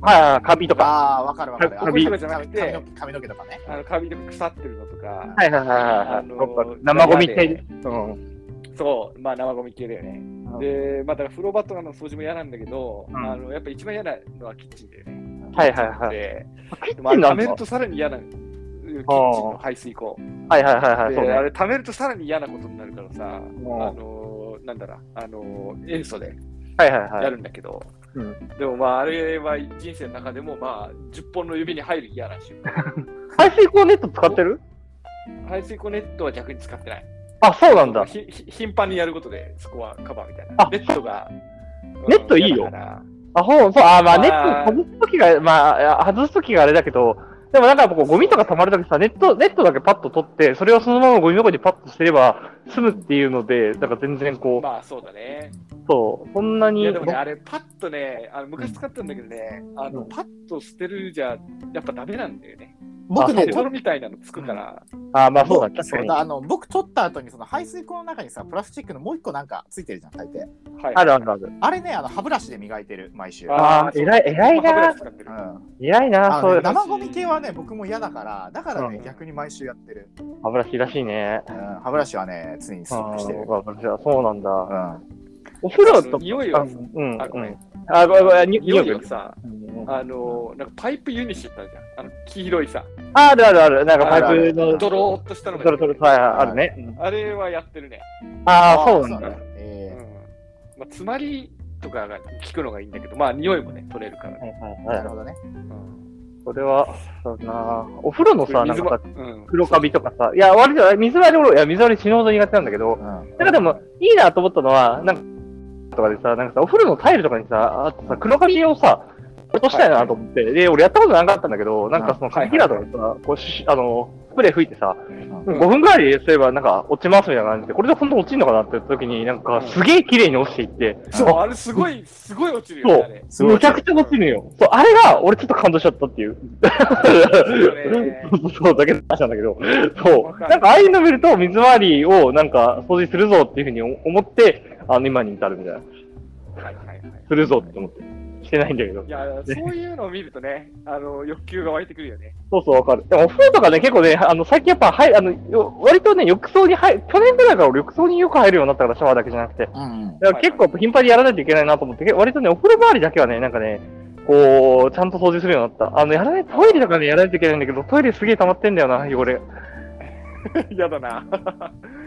[SPEAKER 1] はいはい、カビとか。
[SPEAKER 2] ああ、わかるわかる。
[SPEAKER 1] カビ
[SPEAKER 2] あの髪の毛髪の毛とかね。
[SPEAKER 3] あの、カビで腐ってるのとか、
[SPEAKER 1] はいはいはいはい。
[SPEAKER 3] あのー
[SPEAKER 1] 生ゴミって。
[SPEAKER 3] 嫌で
[SPEAKER 1] うん。
[SPEAKER 3] そう、まあ、生ゴミ系だよね。で、まあ、だから風呂場とかの掃除も嫌なんだけど、
[SPEAKER 1] うん
[SPEAKER 3] あのやっぱ一番嫌なのはキッチンだよね。
[SPEAKER 1] はいはいはい。
[SPEAKER 3] で、
[SPEAKER 1] キッ
[SPEAKER 3] でもあ
[SPEAKER 1] チ
[SPEAKER 3] れ
[SPEAKER 1] ンな
[SPEAKER 3] 溜
[SPEAKER 1] んだ
[SPEAKER 3] めるとさらに嫌なの。キッチンの排水口。
[SPEAKER 1] はいはいはいはい。
[SPEAKER 3] で、
[SPEAKER 1] そうね
[SPEAKER 3] あ。れ溜めるとさらに嫌なことになるから
[SPEAKER 1] ん
[SPEAKER 3] さ、あのーなんだろう、あのー塩素で
[SPEAKER 1] はいはいは
[SPEAKER 3] や
[SPEAKER 1] い。
[SPEAKER 3] るんだけど、
[SPEAKER 1] う
[SPEAKER 3] でもまあ、あれは人生の中でも、まあ、10本の指に入る嫌な瞬間。
[SPEAKER 1] 排水口ネット使ってる
[SPEAKER 3] 排水口ネットは逆に使ってない。
[SPEAKER 1] あ、そうなんだ。
[SPEAKER 3] ひひ頻繁にやることで、そこはカバーみたい
[SPEAKER 1] あ
[SPEAKER 3] な。ネットが。
[SPEAKER 1] ネットいいよ
[SPEAKER 3] うん。嫌だから
[SPEAKER 1] あ、ほう、そう、あ、まあ、
[SPEAKER 3] ま
[SPEAKER 1] ネ
[SPEAKER 3] あ
[SPEAKER 1] ット外すときが、まあいや、外すときがあれだけど、でもなんかこう、ゴミとか溜まるときさ、ネット、ネットだけパッと取って、それをそのままゴミ箱にパッと捨てれば済むっていうので、だから全然こう、
[SPEAKER 3] まあ、そうだね。
[SPEAKER 1] そう、そんないに、
[SPEAKER 3] やでもね、あれ、パッとね、あの昔使ったんだけどね、あの
[SPEAKER 1] うん
[SPEAKER 3] パッと捨てるじゃ、やっぱダメなんだよね。
[SPEAKER 2] 僕
[SPEAKER 1] あ
[SPEAKER 2] ね
[SPEAKER 3] ペ、トロみたいなのつくから、
[SPEAKER 1] あ、まあそうだ、
[SPEAKER 2] 僕
[SPEAKER 1] 確
[SPEAKER 2] そ
[SPEAKER 1] か
[SPEAKER 2] う
[SPEAKER 1] に。
[SPEAKER 2] だあの僕取った後にその排水口の中にさプラスチックのもう一個なんかついてるじゃん大抵
[SPEAKER 3] はい。
[SPEAKER 1] あるあるある。
[SPEAKER 2] あれねあの歯ブラシで磨いてる毎週、うん、
[SPEAKER 1] あー偉い偉いな
[SPEAKER 3] 歯ブラシ使ってる
[SPEAKER 2] あ
[SPEAKER 1] 偉いな、そ
[SPEAKER 2] のね
[SPEAKER 1] う、
[SPEAKER 2] 生ゴミ系はね僕も嫌だからだからね、
[SPEAKER 1] うん
[SPEAKER 2] 逆に毎週やってる、
[SPEAKER 1] 歯ブラシらしいね。
[SPEAKER 2] うん、歯ブラシはね常にス
[SPEAKER 1] あ
[SPEAKER 2] トップしてる
[SPEAKER 1] ー歯ブラシはそうなんだ。
[SPEAKER 2] う
[SPEAKER 1] お風呂とか、
[SPEAKER 3] 匂い
[SPEAKER 1] あ
[SPEAKER 3] を
[SPEAKER 1] う、ん、
[SPEAKER 3] あごめん
[SPEAKER 1] うんあ、ごめん、ごめん、に
[SPEAKER 3] 匂
[SPEAKER 1] 匂
[SPEAKER 3] い
[SPEAKER 1] い
[SPEAKER 3] をさ、
[SPEAKER 1] うん
[SPEAKER 3] あの、なんかパイプユニシットあるじゃん。あの、黄色いさ、
[SPEAKER 1] ああるあるある、なんかパイプ
[SPEAKER 2] あ
[SPEAKER 1] の、
[SPEAKER 3] ドローっとしたのが
[SPEAKER 1] トロトロ、はいはい、あるね。うん
[SPEAKER 3] あれはやってるね。
[SPEAKER 1] ああ、そうなんだ。
[SPEAKER 2] ね
[SPEAKER 3] うん
[SPEAKER 2] え。
[SPEAKER 3] まあ、詰まりとかが効くのがいいんだけど、まあ、匂いもね、取れるから
[SPEAKER 1] は
[SPEAKER 3] ね。
[SPEAKER 1] い
[SPEAKER 2] ー
[SPEAKER 1] はいは
[SPEAKER 2] なる
[SPEAKER 1] い。
[SPEAKER 2] ほどね
[SPEAKER 3] うん
[SPEAKER 1] それは、そうだなお風呂のさ、なん
[SPEAKER 3] 水
[SPEAKER 1] か
[SPEAKER 3] は
[SPEAKER 1] さ、
[SPEAKER 3] うん
[SPEAKER 1] 黒カビとかさ、いや、悪いじゃない、水割り俺、いや、水割り死ぬほど苦手なんだけど、
[SPEAKER 2] うん
[SPEAKER 1] なんかでも、いいなと思ったのは、なんか、とかでさ、なんかさ、お風呂のタイルとかにさ、あとさ、黒カビをさ、落としたいなと思って、で、俺やったことなかったんだけど、なんかその、カビキラーとかでさ、こうし、あの、スプレー吹いてさ、
[SPEAKER 2] うん
[SPEAKER 1] 5分ぐらいすればなんか落ちますみたいな感じで、これで本当落ちるのかなって時に、なんかすげえ綺麗に落ちていって、
[SPEAKER 3] そう、あれす
[SPEAKER 1] [LAUGHS]
[SPEAKER 3] ごい、すごい落ちるよね、あれ。
[SPEAKER 2] すごい
[SPEAKER 1] めちゃくちゃ落ちるよ。そう、あれが俺ちょっと感動しちゃったっていう。そうだけの話なんだけど、そ
[SPEAKER 3] わ
[SPEAKER 1] う。
[SPEAKER 3] かる
[SPEAKER 1] なんかああいうの見ると、水回りをなんか掃除するぞっていうふうに思って、あの、今に至るみたいな。
[SPEAKER 3] は
[SPEAKER 1] [LAUGHS]
[SPEAKER 3] いはいはい。
[SPEAKER 1] するぞって思って。してないんだけど
[SPEAKER 3] い。や、そういうのを見るとね、あの欲求が湧いてくるよ
[SPEAKER 1] [LAUGHS]
[SPEAKER 3] ね。
[SPEAKER 1] そうそう、わかる。でもお風呂とかね、結構ね、あの、最近やっぱ、はい、あの、よ割とね、浴槽に入る、去年ぐらいから俺浴槽によく入るようになったから、シャワーだけじゃなくて。
[SPEAKER 2] うん
[SPEAKER 1] だから結構頻繁にやらないといけないなと思って、け割とね、お風呂周りだけはね、なんかね、こう、ちゃんと掃除するようになった。あの、やらない、トイレとかね、やらないといけないんだけど、トイレすげえ溜まってんだよな、汚れ。
[SPEAKER 3] 嫌だな。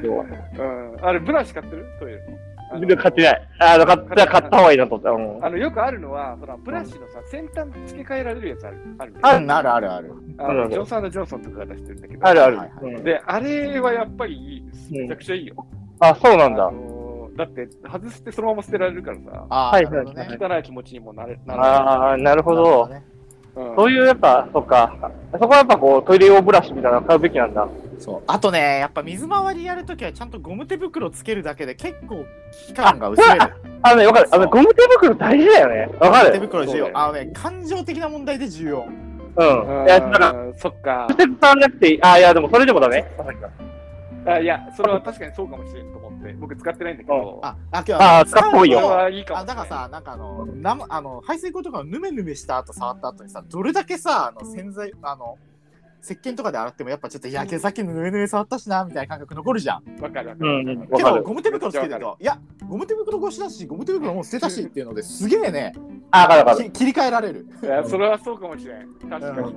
[SPEAKER 3] うん。あれ、ブラシ買ってるトイレのあの。
[SPEAKER 1] 買ってない。あの、買った、買った方がいいなと思った。うん
[SPEAKER 3] あのよくあるのは、ほら、ブラシのさ、先端付け替えられるやつある。あるね
[SPEAKER 2] あるあるあるある
[SPEAKER 3] あ
[SPEAKER 1] あ
[SPEAKER 3] の
[SPEAKER 1] る
[SPEAKER 3] ジョンソンジョンソンとかが出してるんだけど。
[SPEAKER 1] あるある
[SPEAKER 2] はい。はい
[SPEAKER 1] うん
[SPEAKER 3] で、あれはやっぱりいいです。めちゃくちゃいいよ。
[SPEAKER 1] あ、そうなんだ
[SPEAKER 3] あ。のだって、外してそのまま捨てられるからさ、
[SPEAKER 2] あ
[SPEAKER 1] は
[SPEAKER 2] ー
[SPEAKER 1] い
[SPEAKER 2] なるほどね
[SPEAKER 1] は
[SPEAKER 3] 汚い気持ちにもなれなら
[SPEAKER 1] ああ、なるほ
[SPEAKER 2] なるほど
[SPEAKER 1] ど。
[SPEAKER 2] ね
[SPEAKER 3] ない。うん
[SPEAKER 1] そういう、やっぱ、そっか。そこはやっぱこう、トイレ用ブラシみたいなの買うべきなんだ。
[SPEAKER 2] そうあとねやっぱ水回りやるときはちゃんとゴム手袋つけるだけで結構期間が薄れる
[SPEAKER 1] あ [LAUGHS] のね、わかる。あ
[SPEAKER 2] そ
[SPEAKER 1] の、
[SPEAKER 2] う
[SPEAKER 1] ゴム手袋大事だよね。わか
[SPEAKER 2] 手
[SPEAKER 1] る。
[SPEAKER 2] 袋重
[SPEAKER 3] そうだ
[SPEAKER 2] 要
[SPEAKER 3] よ
[SPEAKER 2] あのね感情的な問題で重要
[SPEAKER 1] うん。いや、だから、
[SPEAKER 3] うんそっか
[SPEAKER 1] 直。接触らなくていい。ああ、いや、でもそれでもダメ。
[SPEAKER 3] あいや、それは確かにそうかもしれんと思って、僕使ってないんだけど、
[SPEAKER 2] ああ今日
[SPEAKER 1] あー使った方がいい
[SPEAKER 3] そ
[SPEAKER 1] よ
[SPEAKER 3] れはいいかも
[SPEAKER 2] あ
[SPEAKER 3] しれな
[SPEAKER 2] だ
[SPEAKER 3] い。
[SPEAKER 2] からさなんかあの生あの排水口とかのヌメヌメした後触った後にさどれだけさあの洗剤あの石鹸とかで洗ってもやっぱちょっと焼け酒のヌメヌメ触ったしなみたいな感覚残るじゃん
[SPEAKER 3] わかるわか
[SPEAKER 1] う
[SPEAKER 3] る。
[SPEAKER 1] んうんわ
[SPEAKER 2] け
[SPEAKER 1] かる
[SPEAKER 2] どゴム手袋つけてるといやゴム手袋越しだしゴム手袋もう捨てたしっていうのですげえね
[SPEAKER 1] あ、わかるわかる。
[SPEAKER 2] き切り替えられる
[SPEAKER 3] いや、それはそうかもしれん。確かに。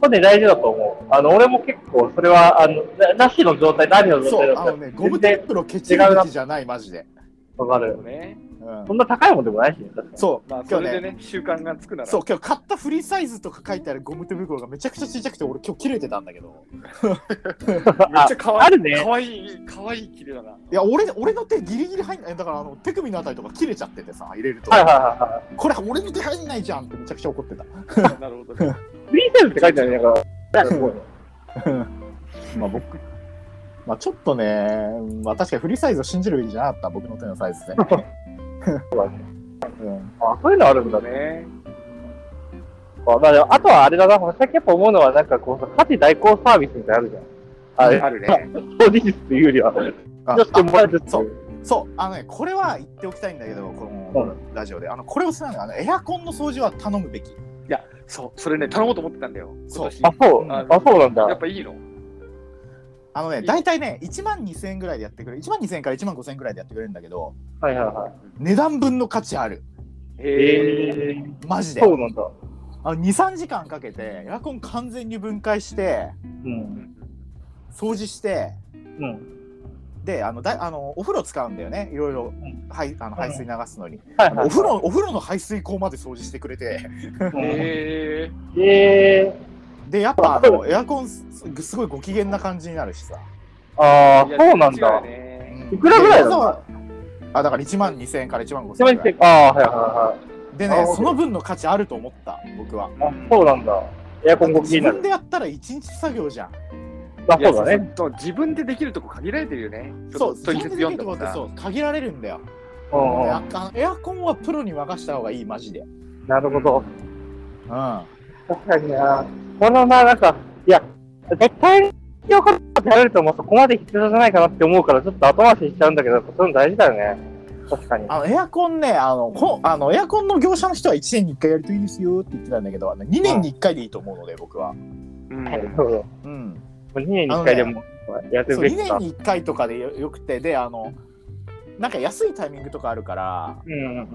[SPEAKER 1] ここで大事だと思う。あの、俺も結構、それは、あの、ななしの状態、なしの状
[SPEAKER 2] そ
[SPEAKER 1] 態だ
[SPEAKER 2] う
[SPEAKER 1] っ
[SPEAKER 2] あ
[SPEAKER 1] た
[SPEAKER 2] の
[SPEAKER 1] ら
[SPEAKER 2] ねゴム手袋ケチるべきじゃないマジで
[SPEAKER 1] わかる。
[SPEAKER 3] ね。
[SPEAKER 2] うん
[SPEAKER 1] そんな高いもんでもないしね、確かに。
[SPEAKER 2] そう、
[SPEAKER 3] まあ、
[SPEAKER 2] 今
[SPEAKER 3] そ
[SPEAKER 2] 日
[SPEAKER 3] れで
[SPEAKER 2] ね。
[SPEAKER 3] ね、習慣がつくなら。
[SPEAKER 2] そう、今日買ったフリーサイズとか書いてあるゴム手袋がめちゃくちゃちっちゃくて、俺今日切れてたんだけど。
[SPEAKER 3] めっちゃ可愛い。
[SPEAKER 1] あるね
[SPEAKER 3] 可愛い、可愛い切れだな。
[SPEAKER 2] いや、俺、俺の手ギリギリ入んない。だから、あの、手首のあたりとか切れちゃっててさ、入れると。
[SPEAKER 1] はいはいはいは
[SPEAKER 2] これ、俺の手入んないじゃんってめちゃくちゃ怒ってた。
[SPEAKER 3] なるほど
[SPEAKER 1] い。
[SPEAKER 3] ね。
[SPEAKER 1] フリーセールって書いてあるね、だから。すごいね
[SPEAKER 2] まあ僕、まあちょっとね、まあ確かにフリーサイズを信じるべきじゃなかった、僕の手のサイズ
[SPEAKER 1] [LAUGHS] そ
[SPEAKER 2] で。
[SPEAKER 1] うだね
[SPEAKER 2] うん、
[SPEAKER 1] あそういうのあるんだね。
[SPEAKER 3] ね。
[SPEAKER 1] まあ、まあでもあとはあれだな、最近やっぱ思うのは、なんかこうさ、家事代行サービスみたいなのあるじゃん。あれ、
[SPEAKER 3] あるね。
[SPEAKER 1] 当事実っていうよりは、
[SPEAKER 2] あ
[SPEAKER 1] やってもらえるって
[SPEAKER 2] そ
[SPEAKER 1] いう
[SPEAKER 2] う。そう、あのね、これは言っておきたいんだけど、このラジオで。あの、これをするのは、あのエアコンの掃除は頼むべき。
[SPEAKER 3] いや、そう、それね、頼もうと思ってたんだよ。
[SPEAKER 2] そう
[SPEAKER 3] 今
[SPEAKER 1] あ、そう。
[SPEAKER 3] 年
[SPEAKER 1] あ、そうなんだ。
[SPEAKER 3] やっぱいいの
[SPEAKER 2] あのね、大体ね、1万2000円ぐらいでやってくれる。1万2000円から1万5000円ぐらいでやってくれるんだけど、
[SPEAKER 1] はいはいはい。
[SPEAKER 2] 値段分の価値ある。
[SPEAKER 3] へえ。
[SPEAKER 1] え
[SPEAKER 2] マジで。
[SPEAKER 1] そうなんだ。
[SPEAKER 2] あの2、3時間かけて、エアコン完全に分解して、
[SPEAKER 1] うん。
[SPEAKER 2] 掃除して、
[SPEAKER 1] うん。
[SPEAKER 2] で、あの、だいあのお風呂使うんだよね。いろいろ
[SPEAKER 1] ん、
[SPEAKER 2] はい、あの排水流すのに。
[SPEAKER 1] はいはい。
[SPEAKER 2] お風呂、お風呂の排水口まで掃除してくれて。
[SPEAKER 1] うん
[SPEAKER 3] へえ。
[SPEAKER 1] え
[SPEAKER 2] で、やっぱ、あの、エアコンす、すごいご機嫌な感じになるしさ。
[SPEAKER 1] ー。ああ、
[SPEAKER 3] いや
[SPEAKER 1] そうなんだ
[SPEAKER 3] 違う。ね
[SPEAKER 2] う
[SPEAKER 1] い
[SPEAKER 2] ん
[SPEAKER 1] くらぐらいなの
[SPEAKER 2] でわざわざあ、だから1万2000円から1万
[SPEAKER 1] ちなみ
[SPEAKER 2] 5000円
[SPEAKER 1] に
[SPEAKER 2] ぐらい。、
[SPEAKER 1] ああー、はいは
[SPEAKER 2] で
[SPEAKER 1] あ
[SPEAKER 2] ね、
[SPEAKER 1] OK
[SPEAKER 2] その分の価値あると思った、僕は。
[SPEAKER 1] いはい。あ、そうなんだ。エアコンご気
[SPEAKER 2] 自
[SPEAKER 1] になる
[SPEAKER 2] 分。でやったら1日作業じゃん。
[SPEAKER 1] あ、
[SPEAKER 3] いや
[SPEAKER 1] そうだね。。
[SPEAKER 3] そう自分でできるとこ限られてるよね。
[SPEAKER 2] そう、
[SPEAKER 3] ちょっ
[SPEAKER 2] 自
[SPEAKER 3] と
[SPEAKER 2] 分
[SPEAKER 3] 一
[SPEAKER 2] で
[SPEAKER 3] 説
[SPEAKER 2] で
[SPEAKER 3] 読
[SPEAKER 2] きる
[SPEAKER 3] ん
[SPEAKER 2] と
[SPEAKER 3] だ
[SPEAKER 2] こ
[SPEAKER 3] もん
[SPEAKER 2] って
[SPEAKER 3] な
[SPEAKER 2] そう、限られるんだよ。
[SPEAKER 1] うん
[SPEAKER 2] エ
[SPEAKER 1] う
[SPEAKER 2] アあのエアコンはプロに任した方がいい、マジで。うん。
[SPEAKER 1] ん。なるほど。
[SPEAKER 2] あ
[SPEAKER 1] 確かにな。このまあなんか、いや、絶対、よかったやれるともうそこまで必要じゃないかなって思うから、ちょっと後回しにしちゃうんだけど、そういうの大事だよね。確かに。
[SPEAKER 2] の、エアコンね、あの、こあのエアコンの業者の人は1年に1回やるといいですよって言ってたんだけど、あの2年に1回でいいと思うので、僕は。
[SPEAKER 3] うん
[SPEAKER 1] そうそう。も
[SPEAKER 2] うん。
[SPEAKER 1] う2年に1回でもやって
[SPEAKER 2] そ
[SPEAKER 1] るべ
[SPEAKER 2] う2
[SPEAKER 1] き
[SPEAKER 2] 年
[SPEAKER 1] か。
[SPEAKER 2] に1回とかでよよくてであのなんか安いタイミングとかあるから
[SPEAKER 1] うんうん。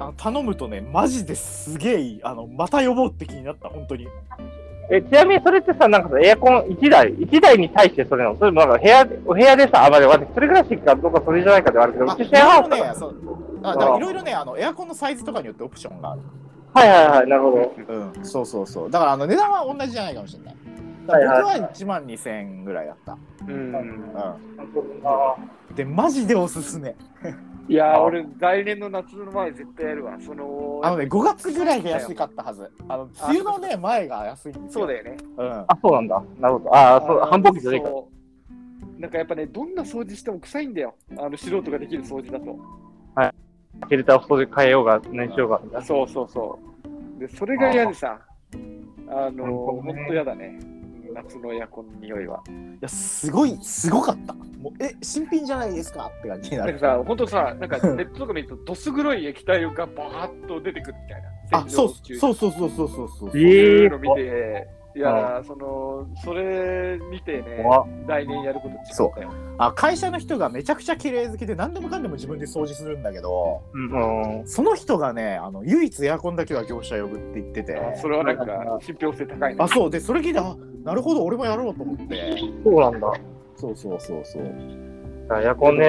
[SPEAKER 2] あの頼むとねマジですげえいいあのまた呼ぼうって気になった本当に
[SPEAKER 1] え、ちなみにそれってさ、なんかさ、エアコン1台、1台に対してそれなのそれもなんか部屋で、お部屋でさ、あ、まあ、でも私、それぐらいしかどうかそれじゃないかではあるけど、う
[SPEAKER 2] あ
[SPEAKER 1] ちシェアハウス
[SPEAKER 2] いろい
[SPEAKER 1] だから
[SPEAKER 2] ろねそうあだからいろいろねあのエアコンのサイズとかによってオプションがある
[SPEAKER 1] はいはいはい、なるほど。
[SPEAKER 2] うんそうそうそうだからあの値段は同じじゃないかもしれないだ
[SPEAKER 1] はいはい
[SPEAKER 2] から僕は1万2000円ぐらいだった、
[SPEAKER 3] うん
[SPEAKER 2] う
[SPEAKER 1] なるほど
[SPEAKER 2] ん、でマジでおすすめ
[SPEAKER 3] いやー、
[SPEAKER 1] あ
[SPEAKER 3] 俺、来年の夏の前絶対やるわ。その、
[SPEAKER 2] あのね5月ぐらいが安かったはずあの梅雨のね前が安いんですよ
[SPEAKER 3] そうだよね。
[SPEAKER 2] うん
[SPEAKER 1] あ、そうなんだ。なるほど。ああ、そう、繁忙期じゃねえか。
[SPEAKER 3] そうなんかやっぱね、どんな掃除しても臭いんだよ。あの素人ができる掃除だと。
[SPEAKER 1] フィルターを掃除変えようが、何しようが。
[SPEAKER 3] そうそうそう。で、それが嫌でさ、あの
[SPEAKER 1] なるほどね
[SPEAKER 3] 本当嫌だね。夏のエアコンの匂いは。
[SPEAKER 2] いや、すごい、すごかった。もう、え、新品じゃないですかって感じにな
[SPEAKER 3] なん
[SPEAKER 2] る。
[SPEAKER 3] かさ、本当さ、なんかネットとか見ると、どす黒い液体がバーッと出てくるみたいな。。
[SPEAKER 2] [LAUGHS] あ、そう、そううそうそうそうそうそう。
[SPEAKER 1] え
[SPEAKER 3] いう
[SPEAKER 1] え
[SPEAKER 3] の見て、いやー、その、それ見てね、
[SPEAKER 1] 怖っ
[SPEAKER 3] 来年やること違ったよ。
[SPEAKER 2] あ、会社の人がめちゃくちゃ綺麗好きで、何でもかんでも自分で掃除するんだけど、
[SPEAKER 1] うん。
[SPEAKER 2] その人がね、あの、唯一エアコンだけは業者呼ぶって言ってて。
[SPEAKER 3] あそれはなんか、信憑性高いね
[SPEAKER 2] あ、。そう、で、それ聞いて、あ、なるほど、俺もやろうと思って。
[SPEAKER 1] そうなんだ。
[SPEAKER 2] そうそうそうそう。
[SPEAKER 1] エアコンね。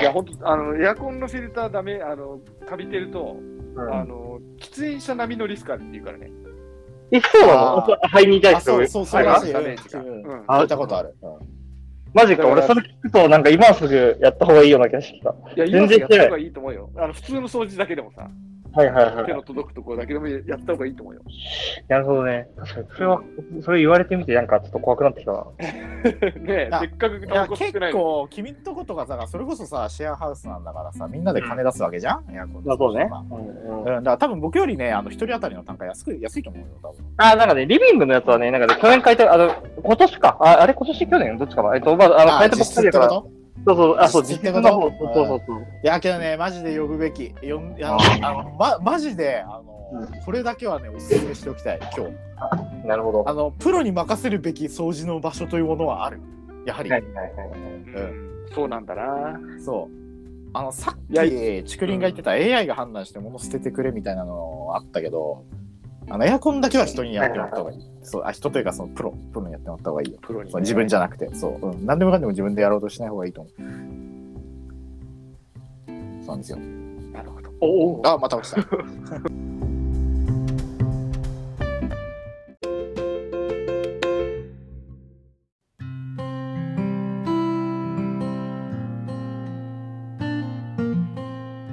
[SPEAKER 3] いや、本当あの、エアコンのフィルターダメ、あの、カビてると、あの、喫煙者並みのリスクあるっていうからね。
[SPEAKER 1] え、そうなの
[SPEAKER 2] あー
[SPEAKER 1] 音肺に対
[SPEAKER 2] あ、
[SPEAKER 1] してそ
[SPEAKER 2] そううそう、そうらしい。
[SPEAKER 3] ダ
[SPEAKER 2] うん
[SPEAKER 3] メージが。
[SPEAKER 2] うん
[SPEAKER 3] うん
[SPEAKER 1] あ
[SPEAKER 2] 聞いたことある。うん
[SPEAKER 1] マジか、俺それ聞くと、なんか今すぐやった方がいいような気がしてきた。
[SPEAKER 3] いや、
[SPEAKER 1] 全
[SPEAKER 3] 今
[SPEAKER 1] 然
[SPEAKER 3] やった方がいいと思うよ。あの、普通の掃除だけでもさ、
[SPEAKER 1] はいはいは
[SPEAKER 3] 手
[SPEAKER 1] い。
[SPEAKER 3] の届くところだけでもやった方がいいと思うよ。
[SPEAKER 1] なるほどね。確かに、それは、それ言われてみて、なんかちょっと怖くなってきたな。
[SPEAKER 3] ねえ、
[SPEAKER 2] あ
[SPEAKER 3] せっかく
[SPEAKER 2] い
[SPEAKER 3] タバ
[SPEAKER 2] や
[SPEAKER 3] コ吸っ
[SPEAKER 2] 結
[SPEAKER 3] てないのに
[SPEAKER 2] 構君んとことかさそれこそさシェアハウスなんだからさみんなで金出すわけじゃん、エアコンの
[SPEAKER 1] まあそうね
[SPEAKER 2] まあ
[SPEAKER 1] うん
[SPEAKER 2] うん、だから多分僕よりね、あの、一人当たりの単価安く、安いと思うよ、多分。
[SPEAKER 1] あー、なんかね、リビングのやつはね、なんかね、去年買いた、あの、今年か。ああれ、今年去年どっちかな。えっと、まあ、あの、買えたばっかりだから。そう
[SPEAKER 2] と
[SPEAKER 1] そう、あ、そう、
[SPEAKER 2] 実質
[SPEAKER 1] 実
[SPEAKER 2] って
[SPEAKER 1] 質
[SPEAKER 2] こと
[SPEAKER 1] の方、そうそうそう。
[SPEAKER 2] いや、けどね、マジで呼ぶべき。呼ん、あの、あのま、マジで、あの、
[SPEAKER 1] うん
[SPEAKER 2] これだけはね、お勧めしておきたい、今日。
[SPEAKER 1] なるほど。
[SPEAKER 2] あの、プロに任せるべき掃除の場所というものはある。やはり。
[SPEAKER 1] はいはいはい。
[SPEAKER 3] うんそうなんだな。
[SPEAKER 2] そう。あの、さっき、
[SPEAKER 3] いや
[SPEAKER 2] 竹林が言ってた AI が判断して物捨ててくれみたいなのあったけど、あの、エアコンだけは人にやってもらった方がいい。そう、あ、人というか、その、プロ、プロにやってもらった方がいいよ。
[SPEAKER 3] プロに
[SPEAKER 2] そう。自分じゃなくて、そう、うん。何でもかんでも自分でやろうとしない方がいいと思う。なんですよ。
[SPEAKER 3] なるほど。おお。
[SPEAKER 2] あ、また落ち
[SPEAKER 1] [LAUGHS]
[SPEAKER 2] た。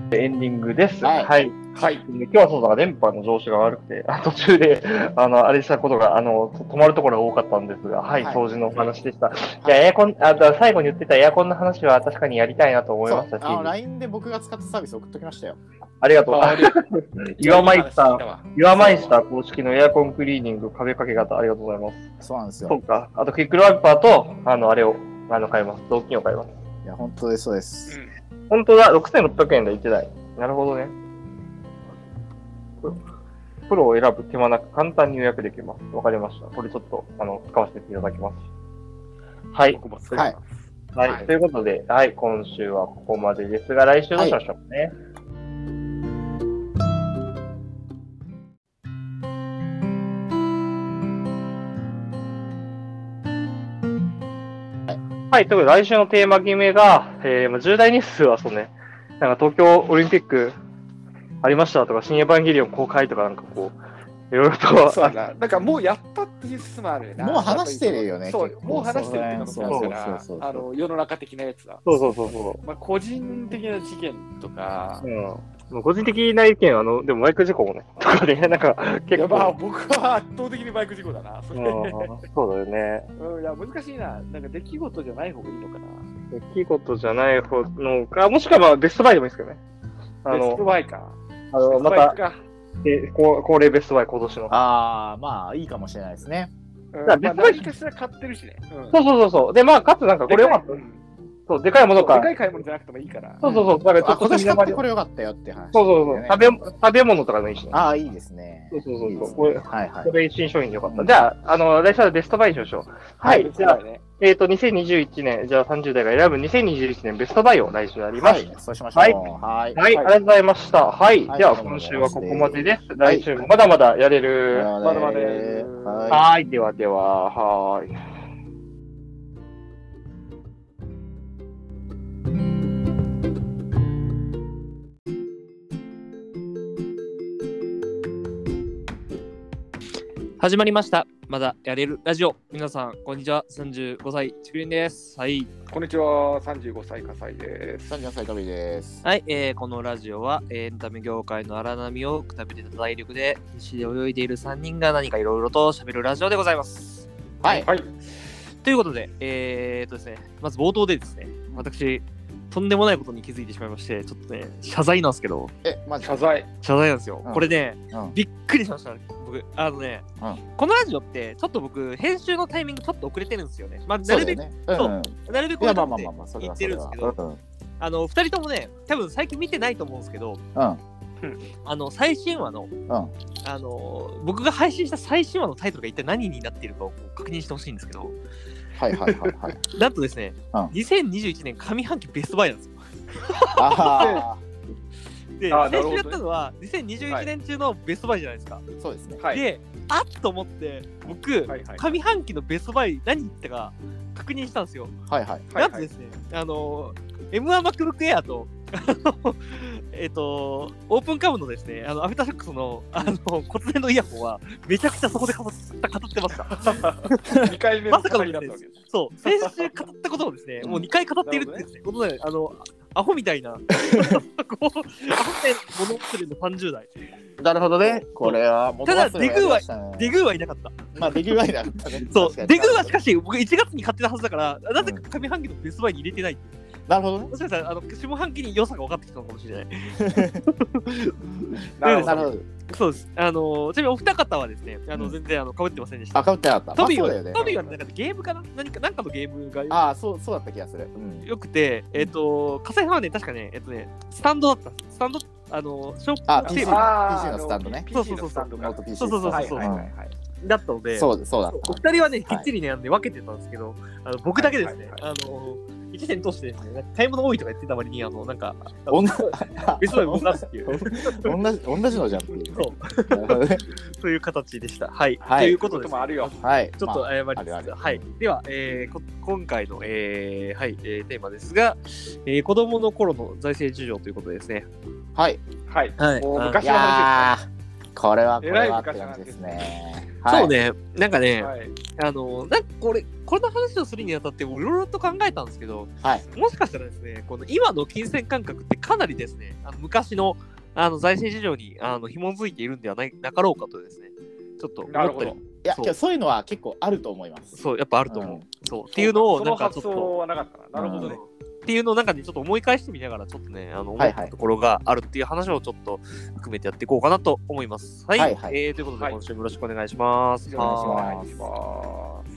[SPEAKER 1] エンディングです。
[SPEAKER 2] はい
[SPEAKER 1] はい
[SPEAKER 3] はい。
[SPEAKER 1] で今日はそうだ、電波の上司が悪くて、あ途中で、あの、あれしたことが、あの、と止まるところが多かったんですが、はい、
[SPEAKER 2] はい
[SPEAKER 1] 掃除のお話でした。いや、エアコン、あ、だ最後に言ってたエアコンの話は確かにやりたいなと思いましたし、
[SPEAKER 2] そうあの
[SPEAKER 1] あ
[SPEAKER 2] LINE で僕が使ったサービス送っときましたよ。
[SPEAKER 1] りがとう。
[SPEAKER 3] ありがとう
[SPEAKER 2] [LAUGHS]
[SPEAKER 1] 岩マイスター、
[SPEAKER 3] ー。
[SPEAKER 1] 岩マイスター公式のエアコンクリーニング壁掛け型、ありがとうございます。
[SPEAKER 2] そうなんです
[SPEAKER 1] そ
[SPEAKER 2] よ。
[SPEAKER 1] うか。あと、クイックルワイパーと、あの、あれを、あの、買います。雑巾を買います。
[SPEAKER 2] いや、本当です、そうです。
[SPEAKER 1] 本当だ、6600円だ、1台。なるほどね。プロプロを選ぶ手間なく簡単に予約できます。わかりました。これちょっと、あの、使わせていただきます。はい。
[SPEAKER 3] 僕も使い
[SPEAKER 2] は
[SPEAKER 3] ま
[SPEAKER 2] い
[SPEAKER 3] す。。
[SPEAKER 1] はい。
[SPEAKER 3] はい
[SPEAKER 1] ということで、はい、今週はここまでですが、来週どうしましょうかね。はい、ということで、来週のテーマ決めが、えーまあ、重大ニュースは、そうね、なんか東京オリンピックありましたとか、新エヴァンゲリオン公開とか、なんかこう、いろいろと、
[SPEAKER 3] そうだな。なんかもうやったっていう説もあるよな。
[SPEAKER 2] もう話してるよね
[SPEAKER 3] そう
[SPEAKER 2] 結、構
[SPEAKER 3] もう話してるってことだか
[SPEAKER 2] そうそう
[SPEAKER 3] ら
[SPEAKER 2] そう、そう
[SPEAKER 3] あの、世の中的なやつは。
[SPEAKER 1] そうそうそうそ
[SPEAKER 3] まあ、個人的な事件とか
[SPEAKER 1] う。、うん。もう個人的な意見は、あの、でもバイク事故もね、とかで、なんか、結構。
[SPEAKER 3] やば僕は圧倒的にバイク事故だな。それ
[SPEAKER 1] うんそうだよね。
[SPEAKER 3] うん、いや、難しいな。なんか出来事じゃない方がいいのかな。
[SPEAKER 1] 大きいことじゃない方のか、もしくはまあベストバイでもいいですけどね。あ
[SPEAKER 3] ベスト
[SPEAKER 1] の、
[SPEAKER 3] バイか。
[SPEAKER 1] あのま
[SPEAKER 3] ベストバイ
[SPEAKER 1] た
[SPEAKER 3] ク、か。
[SPEAKER 1] えこう恒例ベストバイ今年の。
[SPEAKER 2] ああ、まあ、いいかもしれないですね。
[SPEAKER 3] うん
[SPEAKER 1] だから
[SPEAKER 3] まあ、
[SPEAKER 1] ベストバイク
[SPEAKER 3] 何かしら買ってるしね。う
[SPEAKER 1] そ
[SPEAKER 3] ん
[SPEAKER 1] うそうそうそう。で、まあ、かつなんかこれよかった。そ
[SPEAKER 3] でかいうん
[SPEAKER 1] う、でかいもの
[SPEAKER 3] で
[SPEAKER 1] か。
[SPEAKER 3] かい買い物じゃなくてもいいから。
[SPEAKER 1] そうそうそう。だからちょ
[SPEAKER 2] あ
[SPEAKER 1] っと
[SPEAKER 2] 今年
[SPEAKER 1] 身の
[SPEAKER 2] 買っ
[SPEAKER 1] 回
[SPEAKER 2] て
[SPEAKER 1] り
[SPEAKER 2] これよかったよって話、
[SPEAKER 1] そうそうそう。食べ、食べ物とかでもいいしね。
[SPEAKER 2] ああ、いいですね。
[SPEAKER 1] そうそうそう
[SPEAKER 2] いいですね
[SPEAKER 1] これ
[SPEAKER 2] はいはい
[SPEAKER 1] こ。れ新商品でよかった。
[SPEAKER 2] うん
[SPEAKER 1] じゃあ、あの、来週はベストバイにしましょう。は
[SPEAKER 3] ベ
[SPEAKER 1] い。
[SPEAKER 3] ス
[SPEAKER 1] じ
[SPEAKER 3] ト
[SPEAKER 1] ゃ
[SPEAKER 3] バ
[SPEAKER 1] あ
[SPEAKER 3] イ、ね。
[SPEAKER 1] えっと、2021年、じゃあ30代が選ぶ2021年ベストバイを来週やります。
[SPEAKER 2] はい、そうしましょう。はい。
[SPEAKER 1] はい、
[SPEAKER 3] はい
[SPEAKER 1] ありがとうございました。はい、
[SPEAKER 2] はい
[SPEAKER 1] では
[SPEAKER 2] どうも
[SPEAKER 1] 今週はここまでです。
[SPEAKER 2] はい
[SPEAKER 1] 来週もまだまだやれる。
[SPEAKER 2] ま
[SPEAKER 3] だまだです
[SPEAKER 2] はい
[SPEAKER 1] はい、ではでは、はーい。
[SPEAKER 4] 始まりました。まだやれるラジオ。皆さん、こんにちは。35歳、ちくりんです。はい。
[SPEAKER 3] こんにちは、35歳、火災です。
[SPEAKER 2] 三十歳旅です。
[SPEAKER 4] はい、えーこのラジオは、えーエンタメ業界の荒波をくたびれた体力で、必死で泳いでいる3人が何かいろいろと喋るラジオでございます。
[SPEAKER 2] はい。
[SPEAKER 3] はい。
[SPEAKER 4] ということで、えー、っとですね、まず冒頭でですね、私、とんでもないことに気づいてしまいまして、ちょっとね、謝罪なんですけど、
[SPEAKER 2] え、まず、
[SPEAKER 3] 謝罪。
[SPEAKER 4] 謝罪なんですよ。
[SPEAKER 2] うん
[SPEAKER 4] これね、
[SPEAKER 2] うん
[SPEAKER 4] びっくりしました、僕。あのね、
[SPEAKER 2] うん
[SPEAKER 4] このラジオって、ちょっと僕、編集のタイミングちょっと遅れてるんですよね。まあ、な
[SPEAKER 2] そう
[SPEAKER 4] る
[SPEAKER 2] だ
[SPEAKER 4] べ
[SPEAKER 2] よ
[SPEAKER 4] く、
[SPEAKER 2] ね。うんうん。
[SPEAKER 4] なるべく
[SPEAKER 2] いや、
[SPEAKER 4] 遅れて
[SPEAKER 2] まあまあまあまあ、それはそれは。
[SPEAKER 4] 言って
[SPEAKER 2] うん
[SPEAKER 4] あの2人ともね多分最近見てないと思うんですけど
[SPEAKER 2] うん。
[SPEAKER 4] あの最新話の、あの僕が配信した最新話のタイトルが一体何になっているかを確認してほしいんですけど
[SPEAKER 2] はいはいはいはい。
[SPEAKER 4] なんとですね、
[SPEAKER 2] うん
[SPEAKER 4] 2021年上半期ベストバイなんですよ
[SPEAKER 2] あ
[SPEAKER 4] で
[SPEAKER 3] あー
[SPEAKER 4] 先
[SPEAKER 3] なるほ
[SPEAKER 4] 週
[SPEAKER 3] ど
[SPEAKER 4] やったのは2021年中のベストバイじゃないですか、
[SPEAKER 2] あ、そうですね。
[SPEAKER 3] はい。
[SPEAKER 4] であっと思って僕、
[SPEAKER 3] はいはい
[SPEAKER 4] 上半期のベストバイ何言ったか確認したんですよ、
[SPEAKER 2] はいはい。
[SPEAKER 3] はい
[SPEAKER 4] な
[SPEAKER 3] は
[SPEAKER 4] ん
[SPEAKER 3] い
[SPEAKER 4] とですねあの M1MacBook Air と [LAUGHS] あのえっとオープンカムのですねあのアフターショックスのあの骨伝のイヤホンはめちゃくちゃそこで語った語ってました
[SPEAKER 3] 2回目の
[SPEAKER 4] まさかの
[SPEAKER 3] になったわけです。
[SPEAKER 4] そう先週語ったことをですね
[SPEAKER 2] うん
[SPEAKER 4] もう2回語っているってですねことであのアホみたいなこうアホみたいな物忘れの30代
[SPEAKER 2] なるほどね。これは、
[SPEAKER 4] ただデグーはデ
[SPEAKER 2] デグ
[SPEAKER 4] グーはいなかった
[SPEAKER 2] まあ、デグーはいなかったね。
[SPEAKER 4] そ
[SPEAKER 2] 確か
[SPEAKER 4] う
[SPEAKER 2] に
[SPEAKER 4] デグーはしかし僕1月に買ってたはずだからなぜか上半期のベストバイに入れてないっていう
[SPEAKER 2] なるほどね。
[SPEAKER 4] もしかしたらあの下半期に良さが分かってきたのかもしれない
[SPEAKER 3] なるほ
[SPEAKER 2] なる
[SPEAKER 3] ど。
[SPEAKER 2] ほど。
[SPEAKER 4] そうです。あのー、ちなみにお二方はですね、あの、
[SPEAKER 2] うん
[SPEAKER 4] 全然あの被ってませんでした。
[SPEAKER 2] あ、かぶってなかった。
[SPEAKER 4] トビー
[SPEAKER 2] まあ
[SPEAKER 4] は、
[SPEAKER 2] そうだよ
[SPEAKER 4] トビー
[SPEAKER 2] ね。
[SPEAKER 4] はなんかゲームかな何か、なんかのゲームがよ
[SPEAKER 2] ああ、そう、そうだった気がする。うん。
[SPEAKER 4] よくて、えっ、と、笠井さんはね、確かね、えっ、とね、スタンドだったんです。スタンド、あのー、ショップ
[SPEAKER 2] あ、
[SPEAKER 4] の
[SPEAKER 2] PC
[SPEAKER 4] テー
[SPEAKER 2] の、
[SPEAKER 4] ブ
[SPEAKER 2] PC のスタンドね。
[SPEAKER 4] そう
[SPEAKER 3] PC
[SPEAKER 4] そうそう
[SPEAKER 3] のスタンド
[SPEAKER 2] ノ
[SPEAKER 3] が
[SPEAKER 2] ート PC
[SPEAKER 4] そうそうそう
[SPEAKER 3] はいはいはいはい。
[SPEAKER 4] ルだったので、
[SPEAKER 2] そう、そうだっ
[SPEAKER 4] そうお
[SPEAKER 2] た。
[SPEAKER 4] 二人はね、き
[SPEAKER 2] はい
[SPEAKER 4] っちりね、あのね分けてたんですけど、あの僕だけですね、
[SPEAKER 3] はい
[SPEAKER 4] あのー、一年通してですね、なんか買い物多いとか言ってた割に、あの、なんか、
[SPEAKER 2] 同じ
[SPEAKER 4] 別のに戻すっていう、 [LAUGHS]
[SPEAKER 2] 同じ同じのじゃんっていう
[SPEAKER 4] そうそういう形でした。はい。
[SPEAKER 2] はい
[SPEAKER 4] という
[SPEAKER 3] こ
[SPEAKER 4] ことと
[SPEAKER 3] で
[SPEAKER 4] です
[SPEAKER 3] もあるよ。
[SPEAKER 2] はい
[SPEAKER 4] [LAUGHS] ちょっと謝りつつ、
[SPEAKER 2] あるある
[SPEAKER 4] はい。では、えーこ今回の、えーはい、えーテーマですが、えー子供の頃の財政事情ということですね。
[SPEAKER 2] まあはい
[SPEAKER 3] はい。
[SPEAKER 4] はい
[SPEAKER 3] もう
[SPEAKER 2] い
[SPEAKER 3] 昔の
[SPEAKER 2] や
[SPEAKER 3] 話
[SPEAKER 2] ーこれはこ
[SPEAKER 3] え
[SPEAKER 2] れ
[SPEAKER 3] らい
[SPEAKER 2] はって
[SPEAKER 3] 昔の
[SPEAKER 2] 感
[SPEAKER 3] 話
[SPEAKER 2] じ
[SPEAKER 3] で
[SPEAKER 2] ですす
[SPEAKER 3] ね
[SPEAKER 2] ね
[SPEAKER 4] そうね、なんか
[SPEAKER 3] です。
[SPEAKER 4] ね、
[SPEAKER 3] はい。
[SPEAKER 4] あの、なんかこれ、これの話をするにあたって、いろいろと考えたんですけど、
[SPEAKER 2] はい
[SPEAKER 4] もしかしたらですね、この今の金銭感覚ってかなりですね、あの昔のあの財政事情にあの紐づいているんではないなかろうかとですね、ちょっと思
[SPEAKER 3] なる
[SPEAKER 4] っ
[SPEAKER 3] ほ
[SPEAKER 4] たり
[SPEAKER 3] ど。、
[SPEAKER 2] いや
[SPEAKER 4] そう
[SPEAKER 2] 今日そういうのは結構あると思います
[SPEAKER 4] そう、やっぱあると思う。
[SPEAKER 2] うん
[SPEAKER 4] そう、っていうのを、
[SPEAKER 3] そ
[SPEAKER 4] なん
[SPEAKER 3] の
[SPEAKER 4] か
[SPEAKER 3] 発
[SPEAKER 4] ちょっと。
[SPEAKER 3] 想はなかったな。なるほどね。
[SPEAKER 4] っていうのをなんかね、ちょっと思い返してみながら、ちょっとね、あの、思
[SPEAKER 2] はいはい
[SPEAKER 4] ったところがあるっていう話をちょっと含めてやっていこうかなと思います。はい。
[SPEAKER 2] はいはい
[SPEAKER 4] えーということ
[SPEAKER 3] はい
[SPEAKER 4] で、今週もよろしくお願いします。
[SPEAKER 2] ろしくお願いします
[SPEAKER 3] お願いします。